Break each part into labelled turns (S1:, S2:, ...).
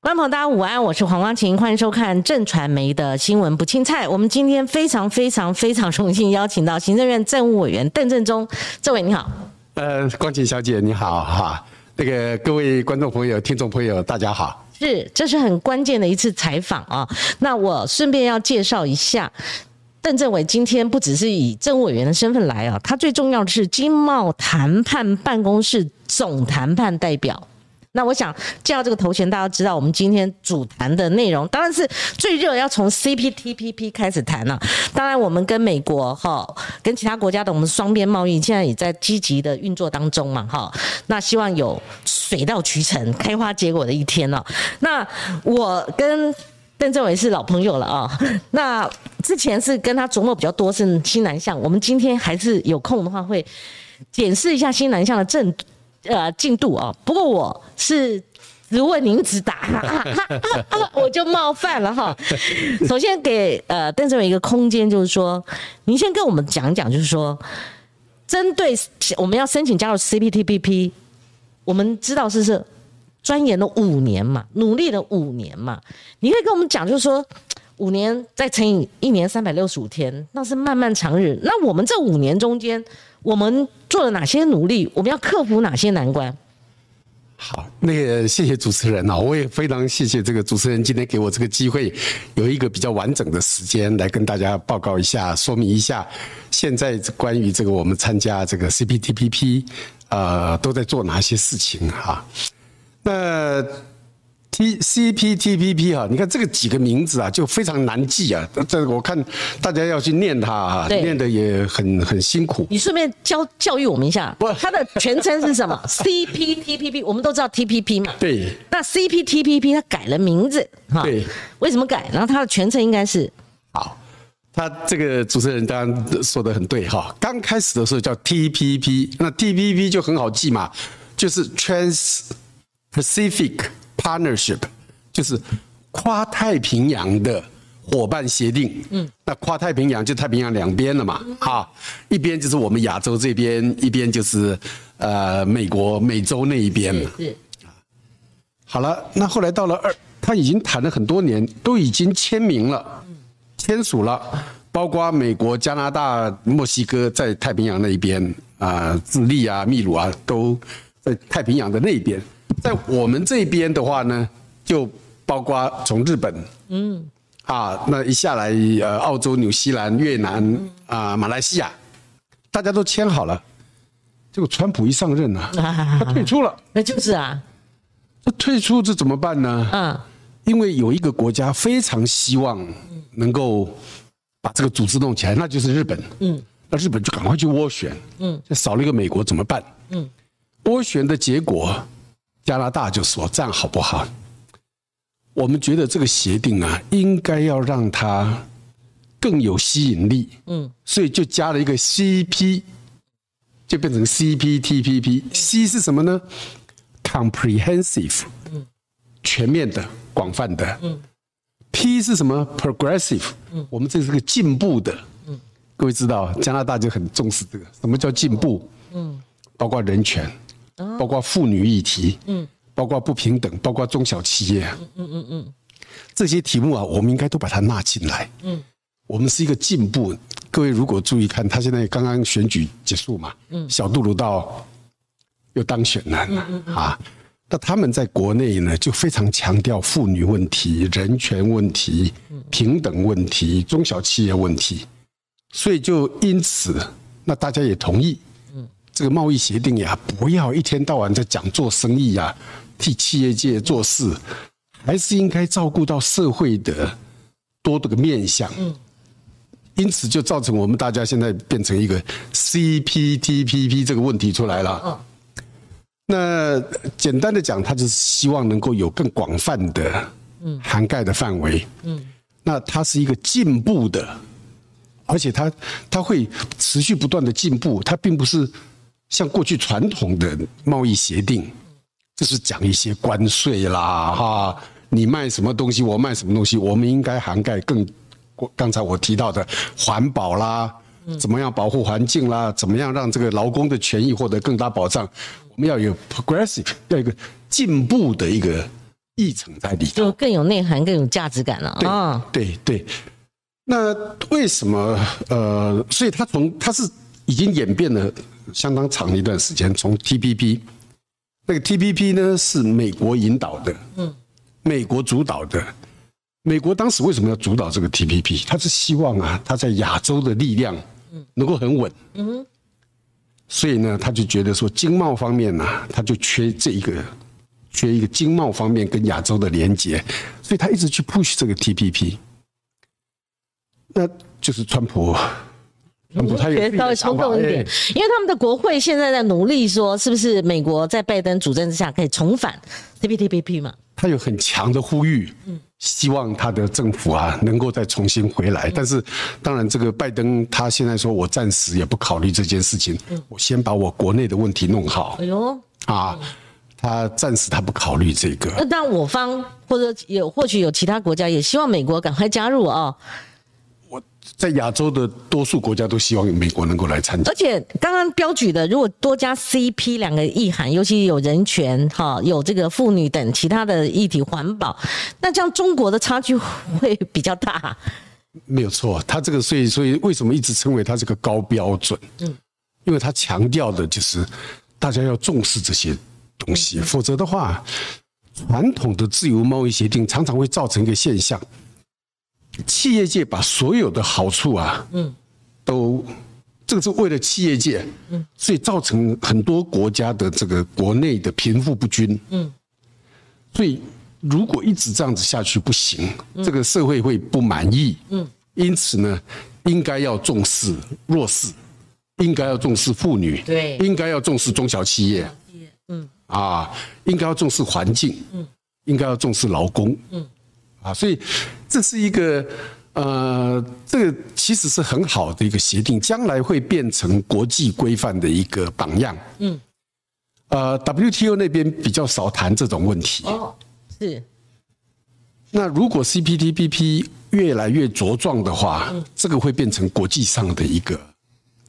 S1: 观众朋友，大家午安，我是黄光琴，欢迎收看正传媒的新闻不青菜。我们今天非常非常非常荣幸邀请到行政院政务委员邓正中，政委你好。
S2: 呃，光琴小姐你好哈，那个各位观众朋友、听众朋友，大家好。
S1: 是，这是很关键的一次采访啊。那我顺便要介绍一下，邓政委今天不只是以政务委员的身份来啊，他最重要的是经贸谈判办公室总谈判代表。那我想介绍这个头衔，大家知道我们今天主谈的内容，当然是最热要从 CPTPP 开始谈了、当然，我们跟美国哈，跟其他国家的我们双边贸易现在也在积极的运作当中嘛哈。那希望有水到渠成、开花结果的一天哦。那我跟邓政委是老朋友了啊、那之前是跟他琢磨比较多是新南向，我们今天还是有空的话会检视一下新南向的正呃进度哦。不过我是只问您直答， 我就冒犯了哈。首先给呃邓政委一个空间，就是说，您先跟我们讲一讲，就是说，针对我们要申请加入 CPTPP，我们知道是是钻研了五年嘛，努力了五年嘛，你可以跟我们讲，就是说。五年再乘以一年三百六十五天，那是漫漫长日。那我们这五年中间，我们做了哪些努力？我们要克服哪些难关？
S2: 好，那个谢谢主持人啊，我也非常谢谢这个主持人今天给我这个机会，有一个比较完整的时间来跟大家报告一下、说明一下，现在关于这个我们参加这个 CPTPP，呃，都在做哪些事情哈、那 T C P T P P 哈，你看这个几个名字啊，就非常难记啊。这个我看大家要去念它啊，
S1: 对
S2: 念的也很很辛苦。
S1: 你顺便教教育我们一下
S2: 不，
S1: 它的全称是 什么？CPTPP，我们都知道 TPP 嘛。
S2: 对，
S1: 那 CPTPP 它改了名字哈，
S2: 对，
S1: 为什么改？然后它的全称应该是
S2: 好，他这个主持人当然说的很对哈。刚开始的时候叫 TPP，那 TPP 就很好记嘛，就是 Trans Pacific Partnership，就是跨太平洋的伙伴协定。嗯，那跨太平洋就太平洋两边了嘛，哈，一边就是我们亚洲这边，一边就是呃美国美洲那一边嘛。
S1: 是
S2: 好了，那后来到了二，他已经谈了很多年，都已经签名了，签署了，包括美国、加拿大、墨西哥在太平洋那一边啊、智利啊、秘鲁啊，都在太平洋的那一边。在我们这边的话呢，就包括从日本，嗯，啊，那一下来呃，澳洲、纽西兰、越南啊、马来西亚，大家都签好了。结果川普一上任啊，他退出了。
S1: 那就是啊，
S2: 那退出这怎么办呢？
S1: 嗯，
S2: 因为有一个国家非常希望能够把这个组织弄起来，那就是日本。嗯，那日本就赶快去斡旋。嗯，少了一个美国怎么办？嗯，斡旋的结果，加拿大就说这样好不好？我们觉得这个协定啊，应该要让它更有吸引力。嗯，所以就加了一个 CP，就变成 CPTPP。C 是什么呢？Comprehensive，全面的、广泛的。P 是什么？Progressive，我们这是个进步的。各位知道，加拿大就很重视这个。什么叫进步？包括人权，包括妇女议题，包括不平等，包括中小企业，嗯这些题目啊，我们应该都把它纳进来。嗯，我们是一个进步。各位如果注意看，他现在刚刚选举结束嘛，嗯，小杜鲁道又当选了、啊。那他们在国内呢，就非常强调妇女问题、人权问题、平等问题、中小企业问题，所以就因此，那大家也同意，这个贸易协定呀，不要一天到晚在讲做生意呀，替企业界做事，还是应该照顾到社会的多这个面向。因此就造成我们大家现在变成一个 CPTPP 这个问题出来了。那简单的讲，他就是希望能够有更广泛的涵盖的范围。嗯，那它是一个进步的，而且它它会持续不断的进步，它并不是像过去传统的贸易协定，就是讲一些关税啦，哈，你卖什么东西，我卖什么东西，我们应该涵盖更我刚才我提到的环保啦，怎么样保护环境啦，怎么样让这个劳工的权益获得更大保障，我们要有 progressive，要有一个进步的一个议程在里头。
S1: 就更有内涵、更有价值感了
S2: 对、
S1: 啊！
S2: 对对，那为什么呃？所以他从他是已经演变了相当长的一段时间，从 TPP 那个 TPP 呢是美国引导的，嗯，美国主导的。美国当时为什么要主导这个 TPP？他是希望啊，他在亚洲的力量能够很稳，嗯，所以呢，他就觉得说经贸方面呢、他就缺这一个缺一个经贸方面跟亚洲的连接，所以他一直去 push 这个 TPP。那就是川普，川普他有自
S1: 觉
S2: 己
S1: 得
S2: 的
S1: 稍微
S2: 想
S1: 冲
S2: 法
S1: 动一
S2: 哎
S1: 点，因为他们的国会现在在努力说，是不是美国在拜登主政之下可以重返 TPTPP 嘛？
S2: 他有很强的呼吁，希望他的政府啊能够再重新回来。但是，当然，这个拜登他现在说我暂时也不考虑这件事情，我先把我国内的问题弄好
S1: 哎呦，
S2: 啊。他暂时他不考虑这个，
S1: 那当然我方或者有或许有其他国家也希望美国赶快加入啊、
S2: 在亚洲的多数国家都希望美国能够来参加。
S1: 而且刚刚标举的，如果多加 CP 两个意涵，尤其有人权哈，有这个妇女等其他的议题、环保，那这样中国的差距会比较大。
S2: 没有错，他这个所以所以为什么一直称为他这个高标准？嗯，因为他强调的就是大家要重视这些东西，否则的话，传统的自由贸易协定常常会造成一个现象，企业界把所有的好处啊，嗯，都这个是为了企业界，嗯，所以造成很多国家的这个国内的贫富不均，嗯，所以如果一直这样子下去不行，这个社会会不满意，嗯，因此呢，应该要重视弱势，应该要重视妇女，
S1: 对
S2: 应该要重视中小企业，嗯，啊，应该要重视环境，嗯，应该要重视劳工，嗯，啊，所以这是一个呃，这个其实是很好的一个协定，将来会变成国际规范的一个榜样。嗯，呃，WTO 那边比较少谈这种问题。
S1: 哦，是
S2: 那如果 CPTPP 越来越茁壮的话，这个会变成国际上的一个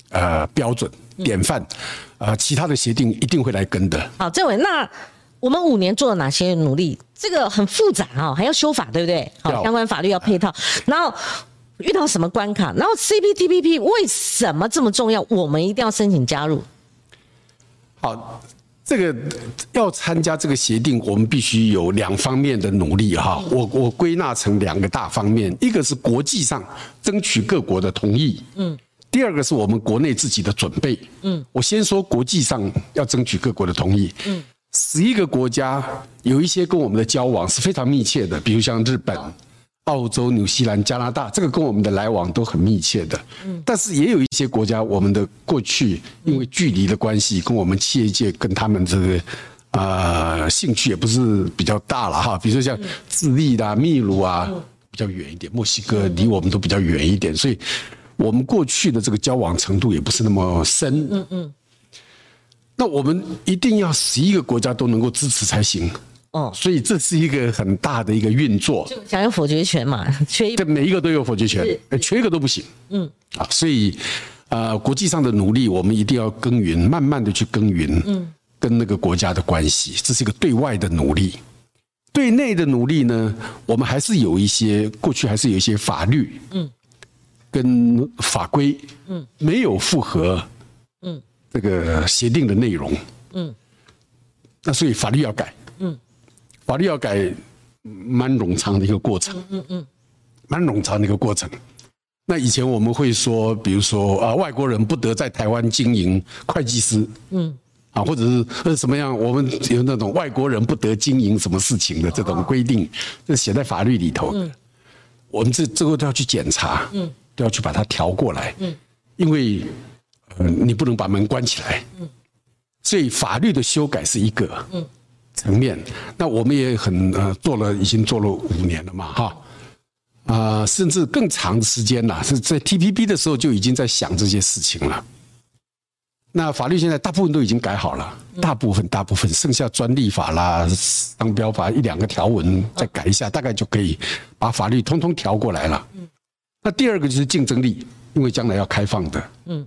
S2: 呃标准典范，呃，其他的协定一定会来跟的。
S1: 好，政委，那我们五年做了哪些努力？这个很复杂哦，还要修法，对不对？好，
S2: 要
S1: 相关法律要配套，然后。遇到什么关卡？然后 CPTPP 为什么这么重要？我们一定要申请加入。
S2: 好，这个要参加这个协定，我们必须有两方面的努力哈。我我归纳成两个大方面，一个是国际上争取各国的同意，嗯。第二个是我们国内自己的准备，嗯，我先说国际上要争取各国的同意，嗯，十一个国家有一些跟我们的交往是非常密切的，比如像日本、澳洲、纽西兰、加拿大，这个跟我们的来往都很密切的。但是也有一些国家，我们的过去因为距离的关系，跟我们企业界跟他们这个呃兴趣也不是比较大了哈。比如说像智利啦、秘鲁啊，比较远一点，墨西哥离我们都比较远一点，所以我们过去的这个交往程度也不是那么深。嗯嗯。那我们一定要十一个国家都能够支持才行，
S1: 哦，
S2: 所以这是一个很大的一个运作。
S1: 就享有否决权嘛， 缺一
S2: 这每一个都有否决权
S1: 是，
S2: 呃缺一个都不行。嗯，啊，所以呃，国际上的努力，我们一定要耕耘，慢慢的去耕耘，嗯，跟那个国家的关系，这是一个对外的努力。对内的努力呢，我们还是有一些过去还是有一些法律，嗯，跟法规，嗯，没有符合，嗯，这个协定的内容，嗯，那所以法律要改，嗯，法律要改，嗯蛮冗长的一个过程，蛮冗长的一个过程。那以前我们会说，比如说啊、呃外国人不得在台湾经营会计师，嗯，啊，或者是呃什么样，我们有那种外国人不得经营什么事情的这种规定，这写在法律里头的。我们这这个都要去检查，嗯，都要去把它调过来，嗯，因为呃你不能把门关起来，嗯，所以法律的修改是一个，嗯，层面。那我们也很呃做了，已经做了五年了嘛，哈。啊、甚至更长的时间啦，是在 TPP 的时候就已经在想这些事情了。那法律现在大部分都已经改好了，大部分大部分剩下专利法啦、商标法一两个条文再改一下，大概就可以把法律通通调过来了。那第二个就是竞争力，因为将来要开放的，嗯，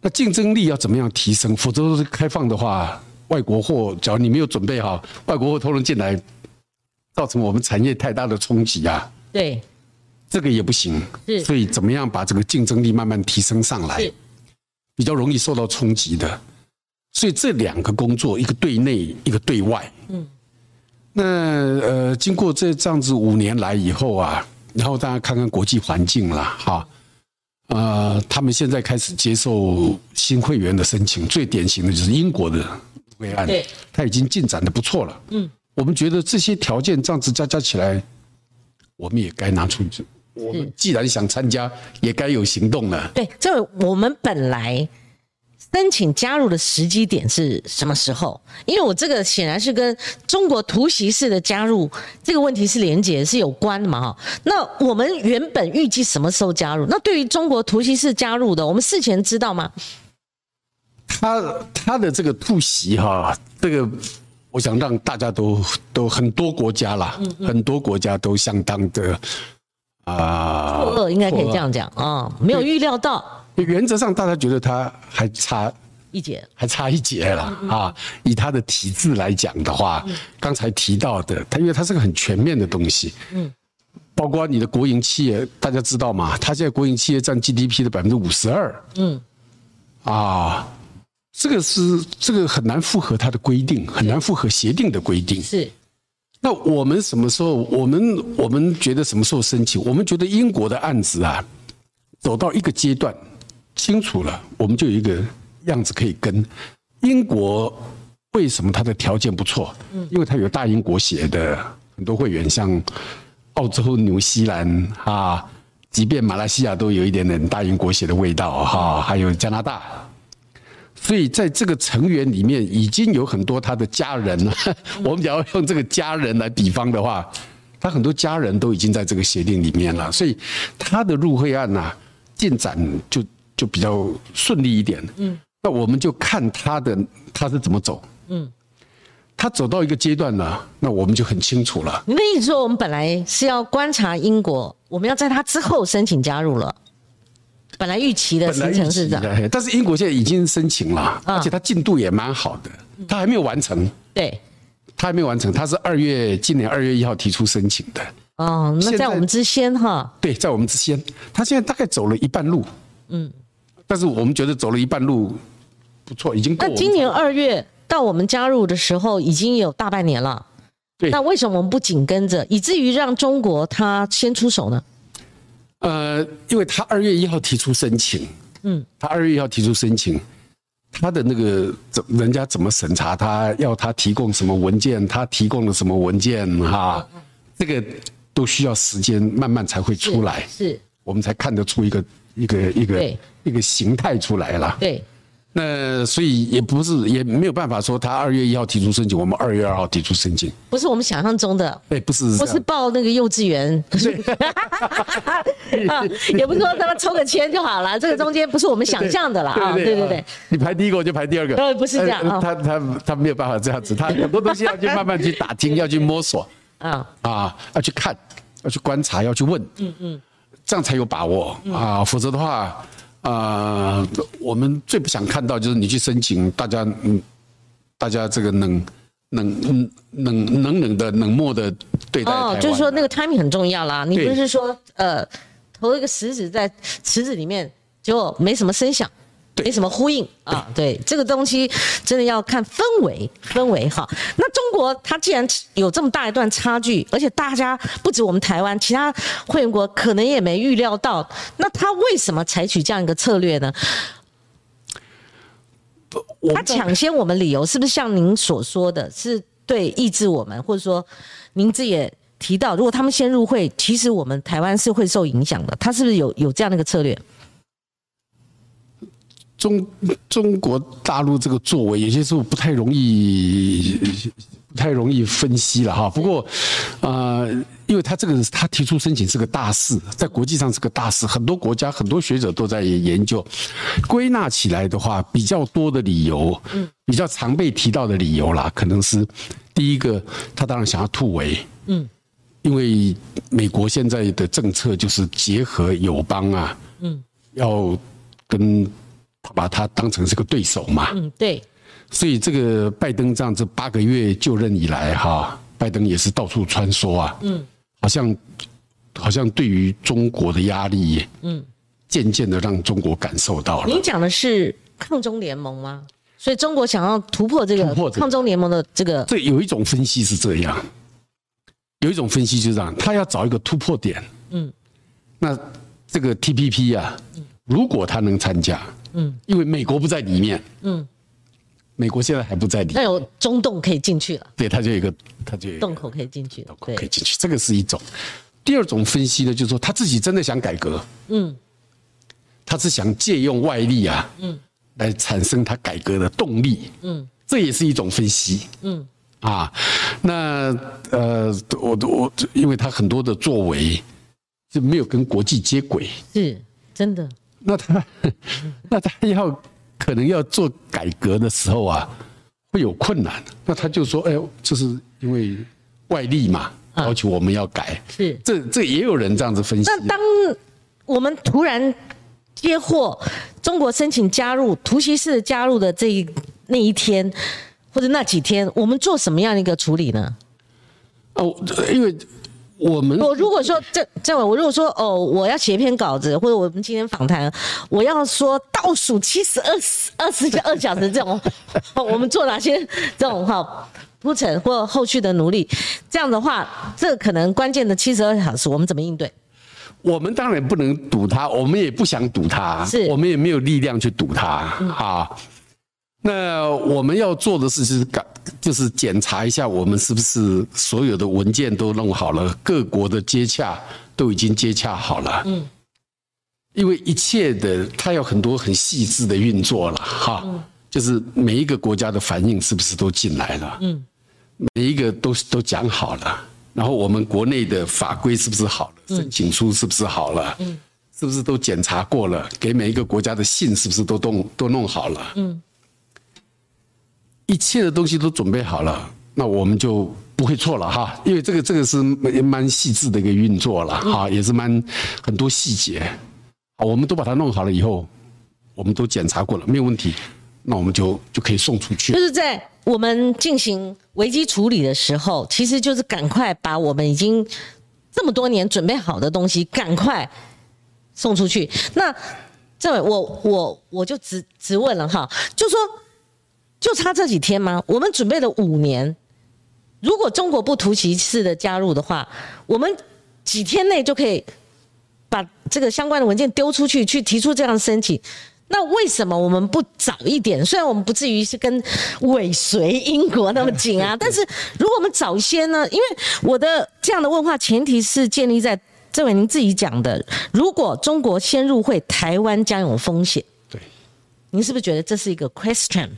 S2: 那竞争力要怎么样提升？否则开放的话，外国货只要你没有准备好，外国货偷人进来，造成我们产业太大的冲击啊，
S1: 对，
S2: 这个也不行
S1: 是。
S2: 所以怎么样把这个竞争力慢慢提升上来
S1: 是，
S2: 比较容易受到冲击的。所以这两个工作，一个对内，一个对外。嗯，那呃，经过这这样子五年来以后啊，然后大家看看国际环境啦，哈。呃，他们现在开始接受新会员的申请，最典型的就是英国的会案
S1: 对，
S2: 它已经进展的不错了。嗯，我们觉得这些条件这样子加加起来，我们也该拿出，我们既然想参加，也该有行动了。
S1: 对，这我们本来申请加入的时机点是什么时候？因为我这个显然是跟中国突袭式的加入这个问题是连结是有关的嘛哈。那我们原本预计什么时候加入？那对于中国突袭式加入的，我们事前知道吗？
S2: 他他的这个突袭哈、这个我想让大家都都很多国家啦，很多国家都相当的啊，
S1: 错愕应该可以这样讲啊、没有预料到
S2: 原则上大家觉得他还差
S1: 一姐
S2: 还差一截了啊！以他的体制来讲的话，刚才提到的，它因为它是个很全面的东西，嗯，包括你的国营企业，大家知道嘛？它现在国营企业占 GDP 的百分之五十二，嗯，啊，这个是这个很难符合它的规定，很难符合协定的规定。
S1: 是
S2: 那我们什么时候？我们我们觉得什么时候申请？我们觉得英国的案子啊，走到一个阶段清楚了，我们就有一个样子可以跟。英国为什么它的条件不错？因为它有大英国协的很多会员，像澳洲、纽西兰啊，即便马来西亚都有一点点大英国协的味道哈、还有加拿大。所以在这个成员里面，已经有很多他的家人了。
S1: 嗯
S2: 我们只要用这个家人来比方的话，他很多家人都已经在这个协定里面了，所以他的入会案呐、啊进展就就比较顺利一点。嗯，那我们就看他的他是怎么走。嗯，他走到一个阶段了，那我们就很清楚了。
S1: 你的意思说，我们本来是要观察英国，我们要在他之后申请加入了，本来预期的
S2: 本来
S1: 行
S2: 预
S1: 程
S2: 期
S1: 是这样。
S2: 的，但是英国现在已经申请了，
S1: 嗯
S2: 而且他进度也蛮好的，他还没有完成。
S1: 对，
S2: 他还没完成，他是二月今年二月一号提出申请的。
S1: 哦，那
S2: 现
S1: 在
S2: 在
S1: 我们之先哈，
S2: 对，在我们之前，他现在大概走了一半路。嗯，但是我们觉得走了一半路不错，已经够
S1: 那
S2: 我们。
S1: 今年二月到我们加入的时候，已经有大半年了。
S2: 对
S1: 那为什么我们不紧跟着，以至于让中国它先出手呢？
S2: 呃，因为他二月一号提出申请，嗯，他二月一号提出申请，他的那个怎人家怎么审查他，要他提供什么文件，他提供了什么文件
S1: 嗯
S2: 哈，这个都需要时间慢慢才会出来，
S1: 是，
S2: 我们才看得出一个一个一个
S1: 嗯对
S2: 一个形态出来了。
S1: 对，
S2: 那所以也不是也没有办法说他二月一号提出申请，我们二月二号提出申请，
S1: 不是我们想象中的，
S2: 哎，不是这
S1: 不是
S2: 样，
S1: 报那个幼稚园， 啊也不是说他们抽个签就好了，这个中间不是我们想象的啦啊，对对对
S2: 啊，你排第一个我就排第二个，
S1: 呃不是这样
S2: 呃
S1: 啊
S2: 他他他没有办法这样子，他很多东西要去慢慢去打 听，要去摸索
S1: 啊，
S2: 啊，要去看，要去观察，要去问，嗯嗯，这样才有把握
S1: 嗯
S2: 啊，否则的话，啊，我们最不想看到就是你去申请，大家嗯，大家这个冷冷嗯冷冷冷的冷漠的对待台
S1: 哦
S2: 湾，
S1: 就是说
S2: 啊
S1: 那个 timing 很重要啦，你
S2: 对
S1: 不是说呃投一个食指在池子里面，结果没什么声响。
S2: 对
S1: 没什么呼应啊，对这个东西真的要看氛围，氛围哈。那中国它既然有这么大一段差距，而且大家不止我们台湾，其他会员国可能也没预料到，那他为什么采取这样一个策略呢？
S2: 我
S1: 他抢先我们理由是不是像您所说的，是对抑制我们，或者说您自己也提到，如果他们先入会，其实我们台湾是会受影响的。他是不是有有这样的一个策略？
S2: 中中国大陆这个作为，有些时候不太容易，不太容易分析了哈。不过，呃，因为他这个他提出申请是个大事，在国际上是个大事，很多国家很多学者都在研究。归纳起来的话，比较多的理由，
S1: 嗯
S2: 比较常被提到的理由啦，可能是第一个，他当然想要突围，因为美国现在的政策就是结合友邦啊，嗯，要跟把它当成是个对手嘛，
S1: 嗯，对，
S2: 所以这个拜登这样子八个月就任以来哈，拜登也是到处穿梭啊，嗯，好像好像对于中国的压力，嗯，渐渐的让中国感受到了
S1: 您。讲的是抗中联盟吗？所以中国想要突破这
S2: 突破
S1: 个
S2: 这个
S1: 抗中联盟的这个，
S2: 这有一种分析是这样，有一种分析就是这样，他要找一个突破点，嗯，那这个 TPP 啊，如果他能参加，嗯，因为美国不在里面，嗯，美国现在还不在里
S1: 那有中洞可以进去了，
S2: 对，他就有一个，他就有一个
S1: 洞口可以进去了。
S2: 可以
S1: 对，
S2: 进去，这个是一种。第二种分析呢，就是说他自己真的想改革，嗯，他是想借用外力啊，嗯，来产生他改革的动力，嗯，这也是一种分析，嗯，啊，那呃，我我因为他很多的作为就没有跟国际接轨，
S1: 是真的。
S2: 那他那他要可能要做改革的时候啊，会有困难。那他就说，哎呦，这是因为外力嘛，
S1: 嗯
S2: 要求我们要改。
S1: 是
S2: 这这也有人这样子分析啊。
S1: 那当我们突然接获中国申请加入突袭式的加入的这一那一天或者那几天，我们做什么样的一个处理呢？
S2: 哦，因为我们
S1: 我如果说这这样，我如果说哦，我要写一篇稿子，或者我们今天访谈，我要说倒数七十二二十二小时这种， 我们做哪些这种哈铺陈或后续的努力？这样的话，这可能关键的七十二小时，我们怎么应对？
S2: 我们当然不能赌他，我们也不想赌他，
S1: 是
S2: 我们也没有力量去赌他、啊。那我们要做的事就是感，就是检查一下我们是不是所有的文件都弄好了，各国的接洽都已经接洽好了。嗯，因为一切的它有很多很细致的运作了哈、就是每一个国家的反应是不是都进来了？嗯，每一个都是都讲好了，然后我们国内的法规是不是好了，申请书是不是好了，是不是都检查过了，给每一个国家的信是不是都弄都弄好了，嗯，一切的东西都准备好了，那我们就不会错了哈，因为这个这个是蛮蛮细致的一个运作了哈，也是蛮很多细节，啊，我们都把它弄好了以后，我们都检查过了，没有问题，那我们就就可以送出去
S1: 就。是在我们进行危机处理的时候，其实就是赶快把我们已经这么多年准备好的东西赶快送出去。那政委，我我我就直直问了哈，就说就差这几天吗？我们准备了五年，如果中国不突袭式的加入的话，我们几天内就可以把这个相关的文件丢出去，去提出这样的申请。那为什么我们不早一点？虽然我们不至于是跟尾随英国那么紧啊，但是如果我们早些呢？因为我的这样的问话前提是建立在这位您自己讲的，如果中国先入会，台湾将有风险。
S2: 对，
S1: 您是不是觉得这是一个 question？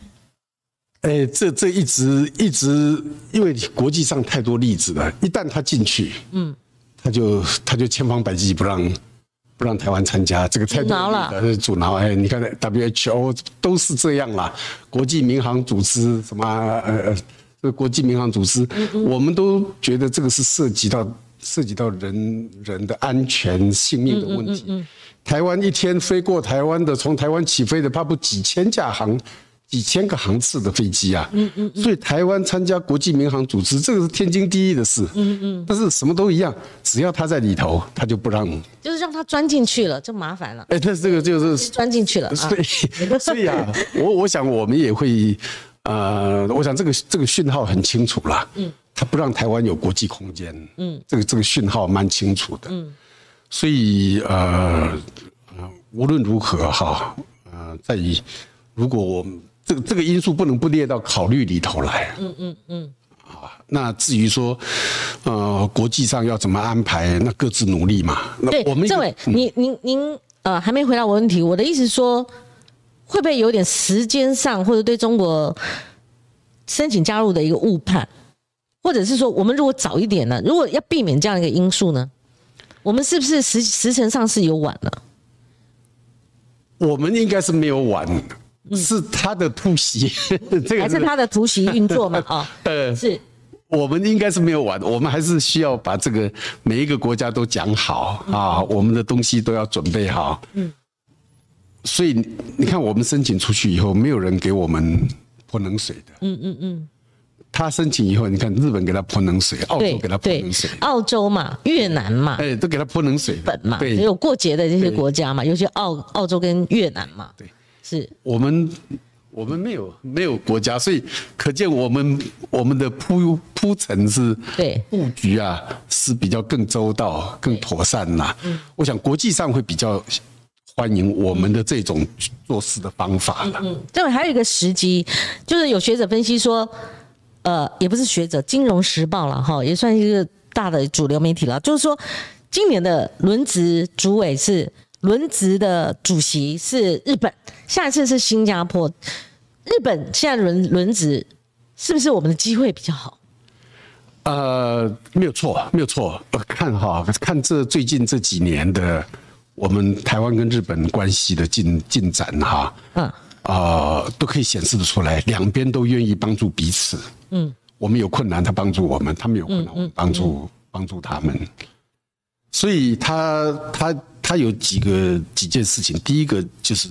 S2: 哎，这这一直一直，因为国际上太多例子了，一旦他进去，嗯，他就他就千方百计不让不让台湾参加，这个太
S1: 阻
S2: 多
S1: 挠了
S2: 例子阻挠。哎，你看 WHO 都是这样啦，国际民航组织什么呃呃，这个国际民航组织，我们都觉得这个是涉及到涉及到人人的安全性命的问题。台湾一天飞过台湾的，从台湾起飞的，怕不几千架航。几千个航次的飞机啊，嗯嗯，所以台湾参加国际民航组织，这个是天经地义的事，嗯嗯，但是什么都一样，只要他在里头，他就不让，
S1: 就是让他钻进去了，就麻烦了，
S2: 哎，但是这个就是
S1: 钻进去了啊
S2: 所。以， 所以嗯啊，我我想我们也会，呃，我想这个这个讯号很清楚啦。嗯，他不让台湾有国际空间。嗯，这个这个讯号蛮清楚的。嗯，所以呃，呃无论如何哈，呃，在于如果我们这个这个因素不能不列到考虑里头来。嗯啊那至于说，呃，国际上要怎么安排，那各自努力嘛。那
S1: 对，
S2: 我们一个嗯
S1: 政委，您您您呃还没回答我问题，我的意思是说，会不会有点时间上或者对中国申请加入的一个误判，或者是说我们如果早一点呢，如果要避免这样一个因素呢，我们是不是时时辰上是有晚了？
S2: 我们应该是没有玩，是他的 突袭，这
S1: 嗯还
S2: 个
S1: 是他的突袭运作嘛？ 啊、
S2: 呃，
S1: 是
S2: 我们应该是没有玩，我们还是需要把这个每一个国家都讲好
S1: 嗯
S2: 啊，我们的东西都要准备好。嗯，所以你你看，我们申请出去以后，没有人给我们泼冷水的。嗯嗯嗯，他申请以后，你看日本给他泼冷水，澳洲
S1: 对
S2: 给他泼
S1: 对
S2: 冷水，，
S1: 澳洲嘛，越南嘛，
S2: 哎，都给他泼冷水。
S1: 本嘛，
S2: 对，
S1: 有过节的这些
S2: 对
S1: 国家嘛，尤其澳澳洲跟越南嘛，
S2: 对，
S1: 是
S2: 我们我们没有没有国家，所以可见我们我们的铺铺陈是
S1: 对
S2: 布局啊是比较更周到、更妥善呐、我想国际上会比较欢迎我们的这种做事的方法啦。
S1: 对，还有一个时机，就是有学者分析说，呃，也不是学者，《金融时报》了哈，也算是一个大的主流媒体了。就是说，今年的轮值主委是轮值的主席是日本，下一次是新加坡。日本现在轮轮值是不是我们的机会比较好？
S2: 呃，没有错，没有错。呃，看哈，看这最近这几年的我们台湾跟日本关系的进进展哈，
S1: 嗯，
S2: 啊，都可以显示得出来，两边都愿意帮助彼此。嗯，我们有困难，他帮助我们；他们有困难，我们帮助、帮助他们。所以他他他有几个几件事情，第一个就是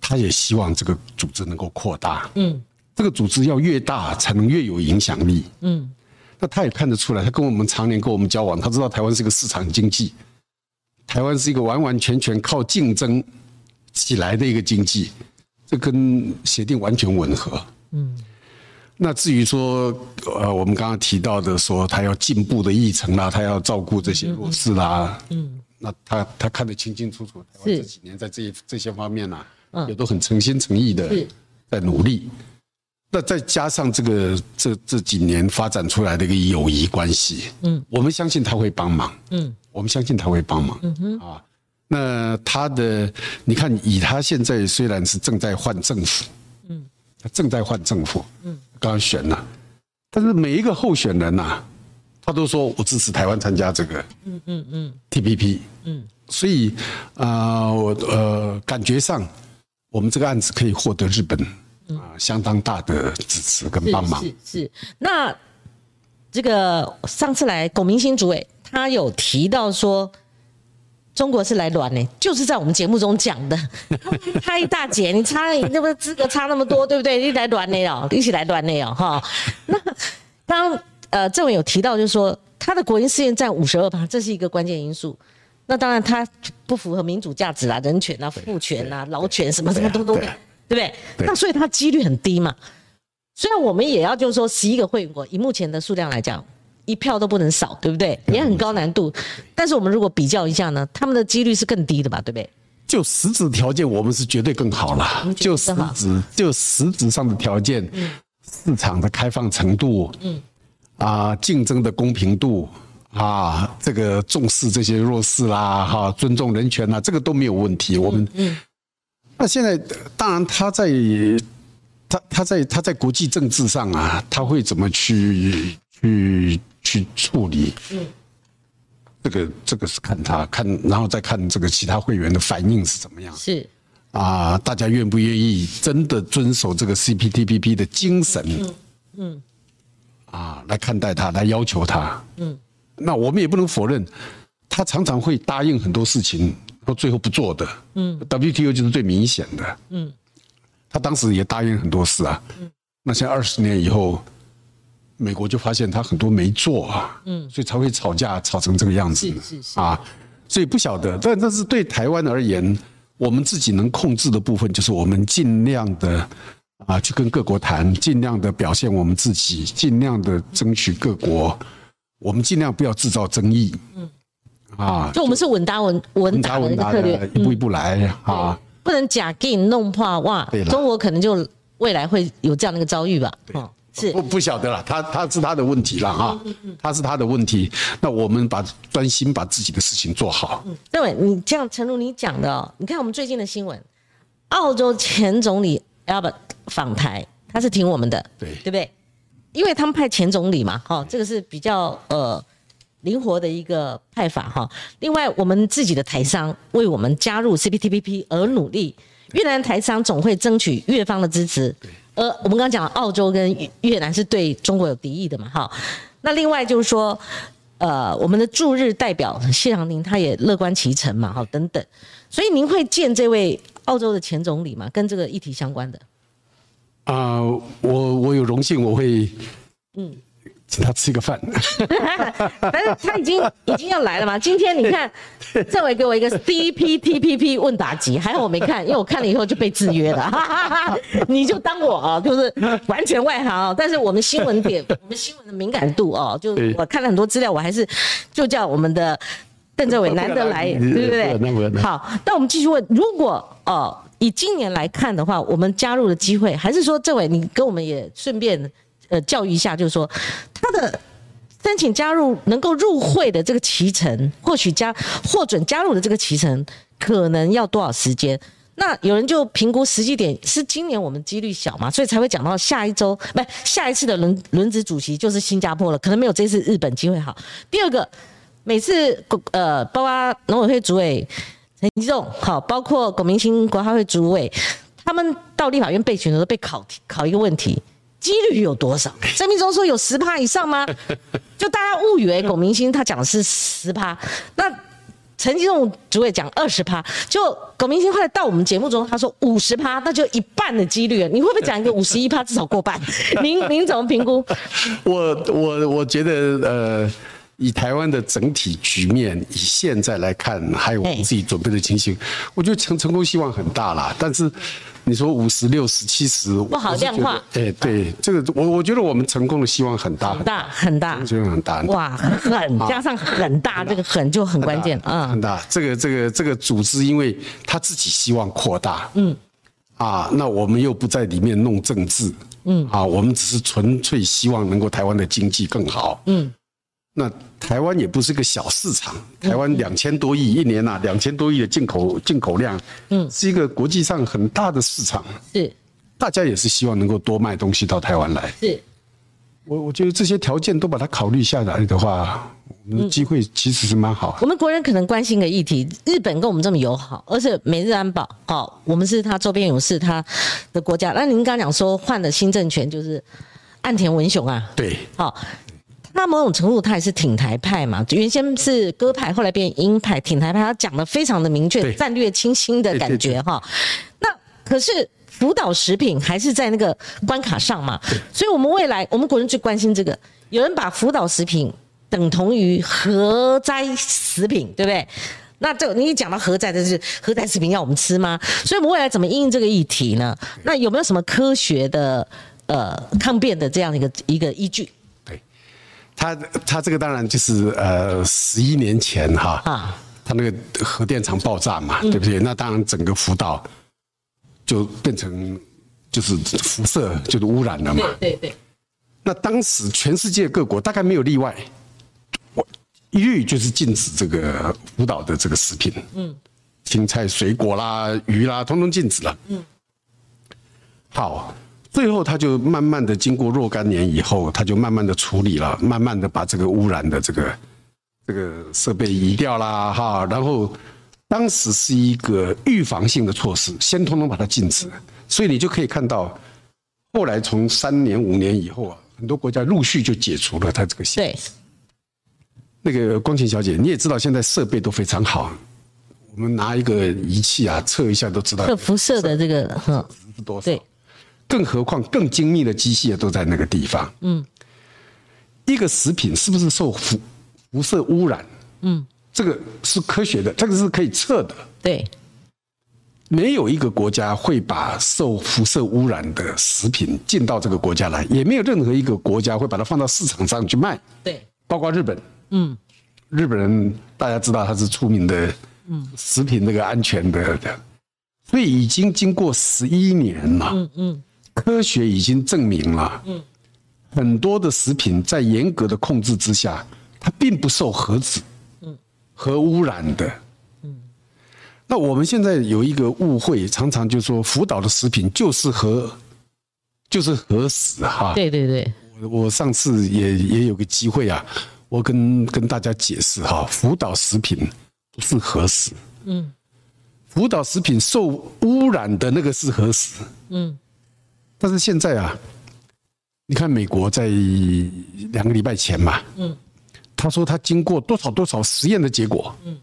S2: 他也希望这个组织能够扩大。嗯，这个组织要越大，才能越有影响力。嗯，那他也看得出来，他跟我们常年跟我们交往，他知道台湾是一个市场经济，台湾是一个完完全全靠竞争起来的一个经济。这跟协定完全吻合。嗯，那至于说，呃，我们刚刚提到的说他要进步的议程啦，他要照顾这些弱势啦，嗯，那他他看得清清楚楚，台湾
S1: 是
S2: 这几年在这一这些方面啦、也都很诚心诚意的
S1: 是
S2: 在努力。那再加上这个这这几年发展出来的一个友谊关系，嗯，我们相信他会帮忙，嗯，我们相信他会帮忙，嗯哼，啊，那他的，你看，以他现在虽然是正在换政府，嗯，他正在换政府，嗯，刚刚选了，但是每一个候选人呐、啊他都说我支持台湾参加这个，嗯嗯嗯，TPP，嗯，所以啊、呃我呃，感觉上我们这个案子可以获得日本啊、相当大的支持跟
S1: 是
S2: 帮忙
S1: 嗯是，是。那这个上次来龚明星主委，他有提到说，中国是来卵呢、就是在我们节目中讲的。 他一大姐，你差你那么资格差那么多，对不对？你来卵呢哦，一起来卵呢哦，哈。那当呃，政委有提到，就是说他的国营事业占五十二趴，这是一个关键因素。那当然，他不符合民主价值啦、啊人权啦、父权啦、劳权什么什么都都没有
S2: 对啊，
S1: 对不对？
S2: 对
S1: 那所以他几率很低嘛。虽然我们也要就是说十一个会员国，以目前的数量来讲，一票都不能少，对不对？也很高难度。但是我们如果比较一下呢，他们的几率是更低的吧，对不对？
S2: 就实质条件，我们是绝对更好啦。
S1: 觉得
S2: 就
S1: 更
S2: 实
S1: 好嗯
S2: 质，就实质上的条件，市场的开放程度，嗯，啊，竞争的公平度，啊，这个重视这些弱势啦，哈、尊重人权啦，这个都没有问
S1: 嗯
S2: 题。我们，那现在当然他在他他在他在国际政治上啊，他会怎么去去去处理？这个这个是看他看，然后再看这个其他会员的反应是怎么样
S1: 是
S2: 啊、大家愿不愿意真的遵守这个 CPTPP 的精神？嗯，啊，来看待他，来要求他。嗯，那我们也不能否认，他常常会答应很多事情，到最后不做的。嗯，WTO 就是最明显的。嗯，他当时也答应很多事啊。嗯，那现在二十年以后。美国就发现他很多没做啊，嗯，所以才会吵架吵成这个样子，
S1: 是是是
S2: 啊，所以不晓得，但但是对台湾而言，我们自己能控制的部分，就是我们尽量的啊去跟各国谈，尽量的表现我们自己，尽量的争取各国，我们尽量不要制造争议，嗯，啊，
S1: 哦就我们是稳打稳稳
S2: 稳
S1: 打的
S2: 打
S1: 一
S2: 稳
S1: 个
S2: 打
S1: 策略嗯
S2: 的，，一步一步来啊，
S1: 不能假给你弄破哇
S2: 对。啦
S1: 中国可能就未来会有这样的一个遭遇吧。哦，是嗯
S2: 不不晓得了，他他是他的问题了哈，他是他的问题，那我们把专心把自己的事情做好，
S1: 政委，你这样，诚如你讲的、哦，你看我们最近的新闻，澳洲前总理 Albert 访台，他是挺我们的，
S2: 对
S1: 对不对？因为他们派前总理嘛，哈、这个是比较呃灵活的一个派法哈、另外，我们自己的台商为我们加入 CPTPP 而努力，越南台商总会争取越方的支持。呃，我们刚刚讲澳洲跟越越南是对中国有敌意的嘛，哈。那另外就是说，呃，我们的驻日代表谢长廷他也乐观其成嘛，哈，等等。所以您会见这位澳洲的前总理吗？跟这个议题相关的
S2: 啊、我我有荣幸，我会嗯，请他吃个饭。
S1: 但是他已经已经要来了嘛。今天你看，政委给我一个 CPTPP 问答集，还好我没看，因为我看了以后就被制约了。 你就当我啊，就是完全外行啊。但是我们新闻点，我们新闻的敏感度哦，就
S2: 对
S1: 我看了很多资料，我还是就叫我们的邓政委难得来，
S2: 不能
S1: 对不
S2: 不能不
S1: 对？
S2: 能
S1: 好，那我们继续问，如果哦，以今年来看的话，我们加入的机会，还是说政委你跟我们也顺便呃教育一下，就是说他的申请加入能够入会的这个期程，或许加获准加入的这个期程，可能要多少时间？那有人就评估时机点是今年我们几率小嘛，所以才会讲到下一周，不下一次的轮轮值主席就是新加坡了，可能没有这次日本机会好。第二个，每次呃，包括农委会主委陈吉仲，好，包括龚明鑫国发会主委，他们到立法院备询的时候被考题考一个问题。几率有多少？郑明忠说有十趴以上吗？就大家误以为龚明鑫他讲的是十趴，那陈吉仲主委讲二十趴，就龚明鑫后来到我们节目中，他说五十趴，那就一半的几率了。你会不会讲一个五十一趴，至少过半？ 您您怎么评估？
S2: 我我我觉得呃，以台湾的整体局面，以现在来看，还有我们
S1: 嘿
S2: 自己准备的情形，我觉得成成功希望很大啦。但是你说五十六、十七十，不
S1: 好量化
S2: 哎，对，这个我我觉得我们成功的希望很大，
S1: 很大很 大，
S2: 希望很大。很大
S1: 哇，很加上很大，这个很就很关键啊。
S2: 很
S1: 嗯
S2: 大。这个这个这个组织，因为他自己希望扩大，嗯，啊，那我们又不在里面弄政治，嗯，啊，我们只是纯粹希望能够台湾的经济更好，嗯。那台湾也不是个小市场，台湾两千多亿一年呐、啊，两千多亿的进口进口量，嗯，是一个国际上很大的市场，
S1: 是
S2: 大家也是希望能够多卖东西到台湾来。
S1: 是，
S2: 我我觉得这些条件都把它考虑下来的话，我们的机会其实是蛮好。
S1: 我们国人可能关心个议题：日本跟我们这么友好，而且美日安保，哦，我们是他周边有是他的国家。那您刚讲说换了新政权就是岸田文雄啊，
S2: 对，
S1: 好、他某种程度他也是挺台派嘛，原先是鸽派，后来变鹰派，挺台派，他讲的非常的明确，
S2: 对
S1: 战略清晰的感觉哈。那可是福岛食品还是在那个关卡上嘛，所以我们未来我们国人最关心这个，有人把福岛食品等同于核灾食品，对不对？那这你一讲到核灾的是核灾食品要我们吃吗？所以我们未来怎么应应这个议题呢？那有没有什么科学的呃抗辩的这样一个一个依据？
S2: 对，他他这个当然就是呃，十一年前哈，
S1: 啊嗯
S2: 他那个核电厂爆炸嘛，对不对？那当然整个福岛就变成就是辐射就是污染了嘛。
S1: 对对，
S2: 那当时全世界各国大概没有例外，我一律就是禁止这个福岛的这个食品，嗯，青菜、水果啦、鱼啦，通通禁止了。嗯，好，最后他就慢慢的经过若干年以后，他就慢慢的处理了，慢慢的把这个污染的这个这个设备移掉啦，哈，然后当时是一个预防性的措施，先通通把它禁止，所以你就可以看到。后来从三年五年以后啊，很多国家陆续就解除了它这个限。
S1: 对，
S2: 那个光琴小姐，你也知道现在设备都非常好，啊我们拿一个仪器啊测一下都知道
S1: 这个辐射的这个，嗯，
S2: 是多少
S1: 对。
S2: 更何况更精密的机械都在那个地方。嗯，一个食品是不是受辐辐射污染？嗯，这个是科学的，这个是可以测的。
S1: 对，
S2: 没有一个国家会把受辐射污染的食品进到这个国家来，也没有任何一个国家会把它放到市场上去卖，
S1: 对，
S2: 包括日本。嗯，日本人大家知道他是出名的，嗯，食品那个安全的，所以已经经过十一年了。嗯嗯，科学已经证明了，嗯，很多的食品在严格的控制之下，它并不受核子、嗯核污染的。嗯那我们现在有一个误会，常常就说福岛的食品就是核，就是核死啊哈。
S1: 对对对，
S2: 我我上次也也有个机会啊，我跟跟大家解释哈，福岛食品不是核死，嗯，福岛食品受污染的那个是核死，
S1: 嗯，
S2: 但是现在啊，你看美国在两个礼拜前嘛，嗯，他说他经过多少多少实验的结果，嗯，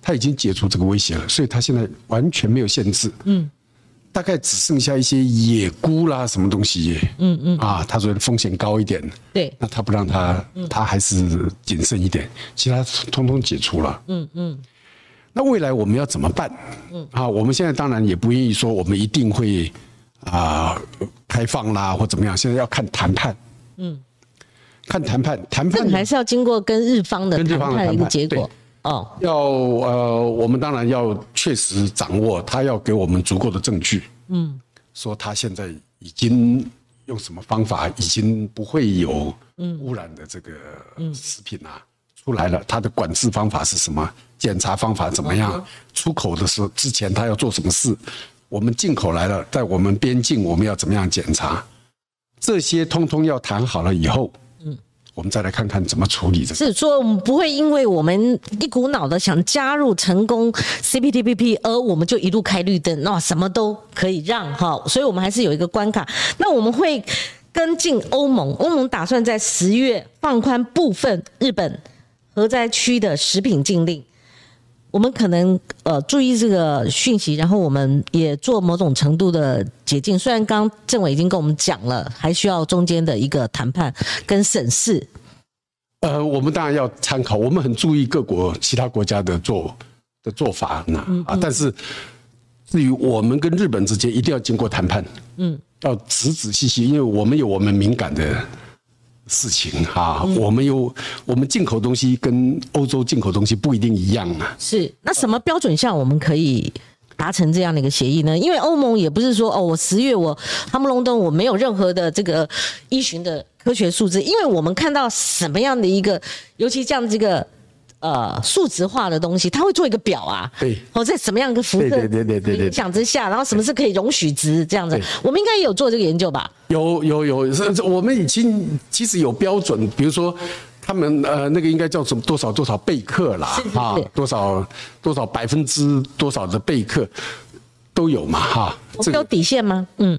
S2: 他已经解除这个威胁了，所以他现在完全没有限制，嗯，大概只剩下一些野菇啦，什么东西，嗯嗯，啊，他说风险高一点，
S1: 对
S2: 那他不让他，他还是谨慎一点，其他通通解除了，嗯嗯。那未来我们要怎么办？嗯啊，我们现在当然也不愿意说我们一定会啊、开放啦或怎么样，现在要看谈判，嗯，看谈判，谈
S1: 这
S2: 判
S1: 个还是要经过跟日方的
S2: 跟日
S1: 谈
S2: 方的
S1: 判的一
S2: 谈
S1: 个
S2: 判
S1: 结果
S2: 对。
S1: 哦，
S2: 要呃，我们当然要确实掌握，他要给我们足够的证据，嗯，说他现在已经用什么方法，已经不会有污染的这个食品啊、出来了，他的管制方法是什么，检查方法怎么样，出口的时候之前他要做什么事，我们进口来了，在我们边境我们要怎么样检查，这些通通要谈好了以后，嗯，我们再来看看怎么处理这个。
S1: 是说我们不会因为我们一股脑的想加入成功 CPTPP，而我们就一路开绿灯，那、什么都可以让哈，所以我们还是有一个关卡。那我们会跟进欧盟，欧盟打算在十月放宽部分日本核灾区的食品禁令。我们可能呃注意这个讯息，然后我们也做某种程度的解禁。虽然刚政委已经跟我们讲了，还需要中间的一个谈判跟审视，
S2: 呃，我们当然要参考，我们很注意各国其他国家的做的做法呢啊，但是至于我们跟日本之间，一定要经过谈判，嗯，要仔仔细细，因为我们有我们敏感的事情哈、我们有我们进口东西跟欧洲进口东西不一定一样啊，
S1: 是，那什么标准下我们可以达成这样的一个协议呢？因为欧盟也不是说哦，我十月我哈姆隆东我没有任何的这个依循的科学数字，因为我们看到什么样的一个，尤其像这个呃数值化的东西，它会做一个表啊，
S2: 对
S1: 哦，在什么样的辐射
S2: 对对对对对对
S1: 影响之下，然后什么是可以容许值这样子
S2: 对，
S1: 我们应该也有做这个研究吧？
S2: 有有有，是是我们已经其实有标准，比如说他们呃那个应该叫什么多少多少贝克啦
S1: 是是
S2: 啊
S1: 是，
S2: 多少多少百分之多少的贝克都有嘛哈、
S1: 我
S2: 这
S1: 们有
S2: 个
S1: 底线吗？嗯，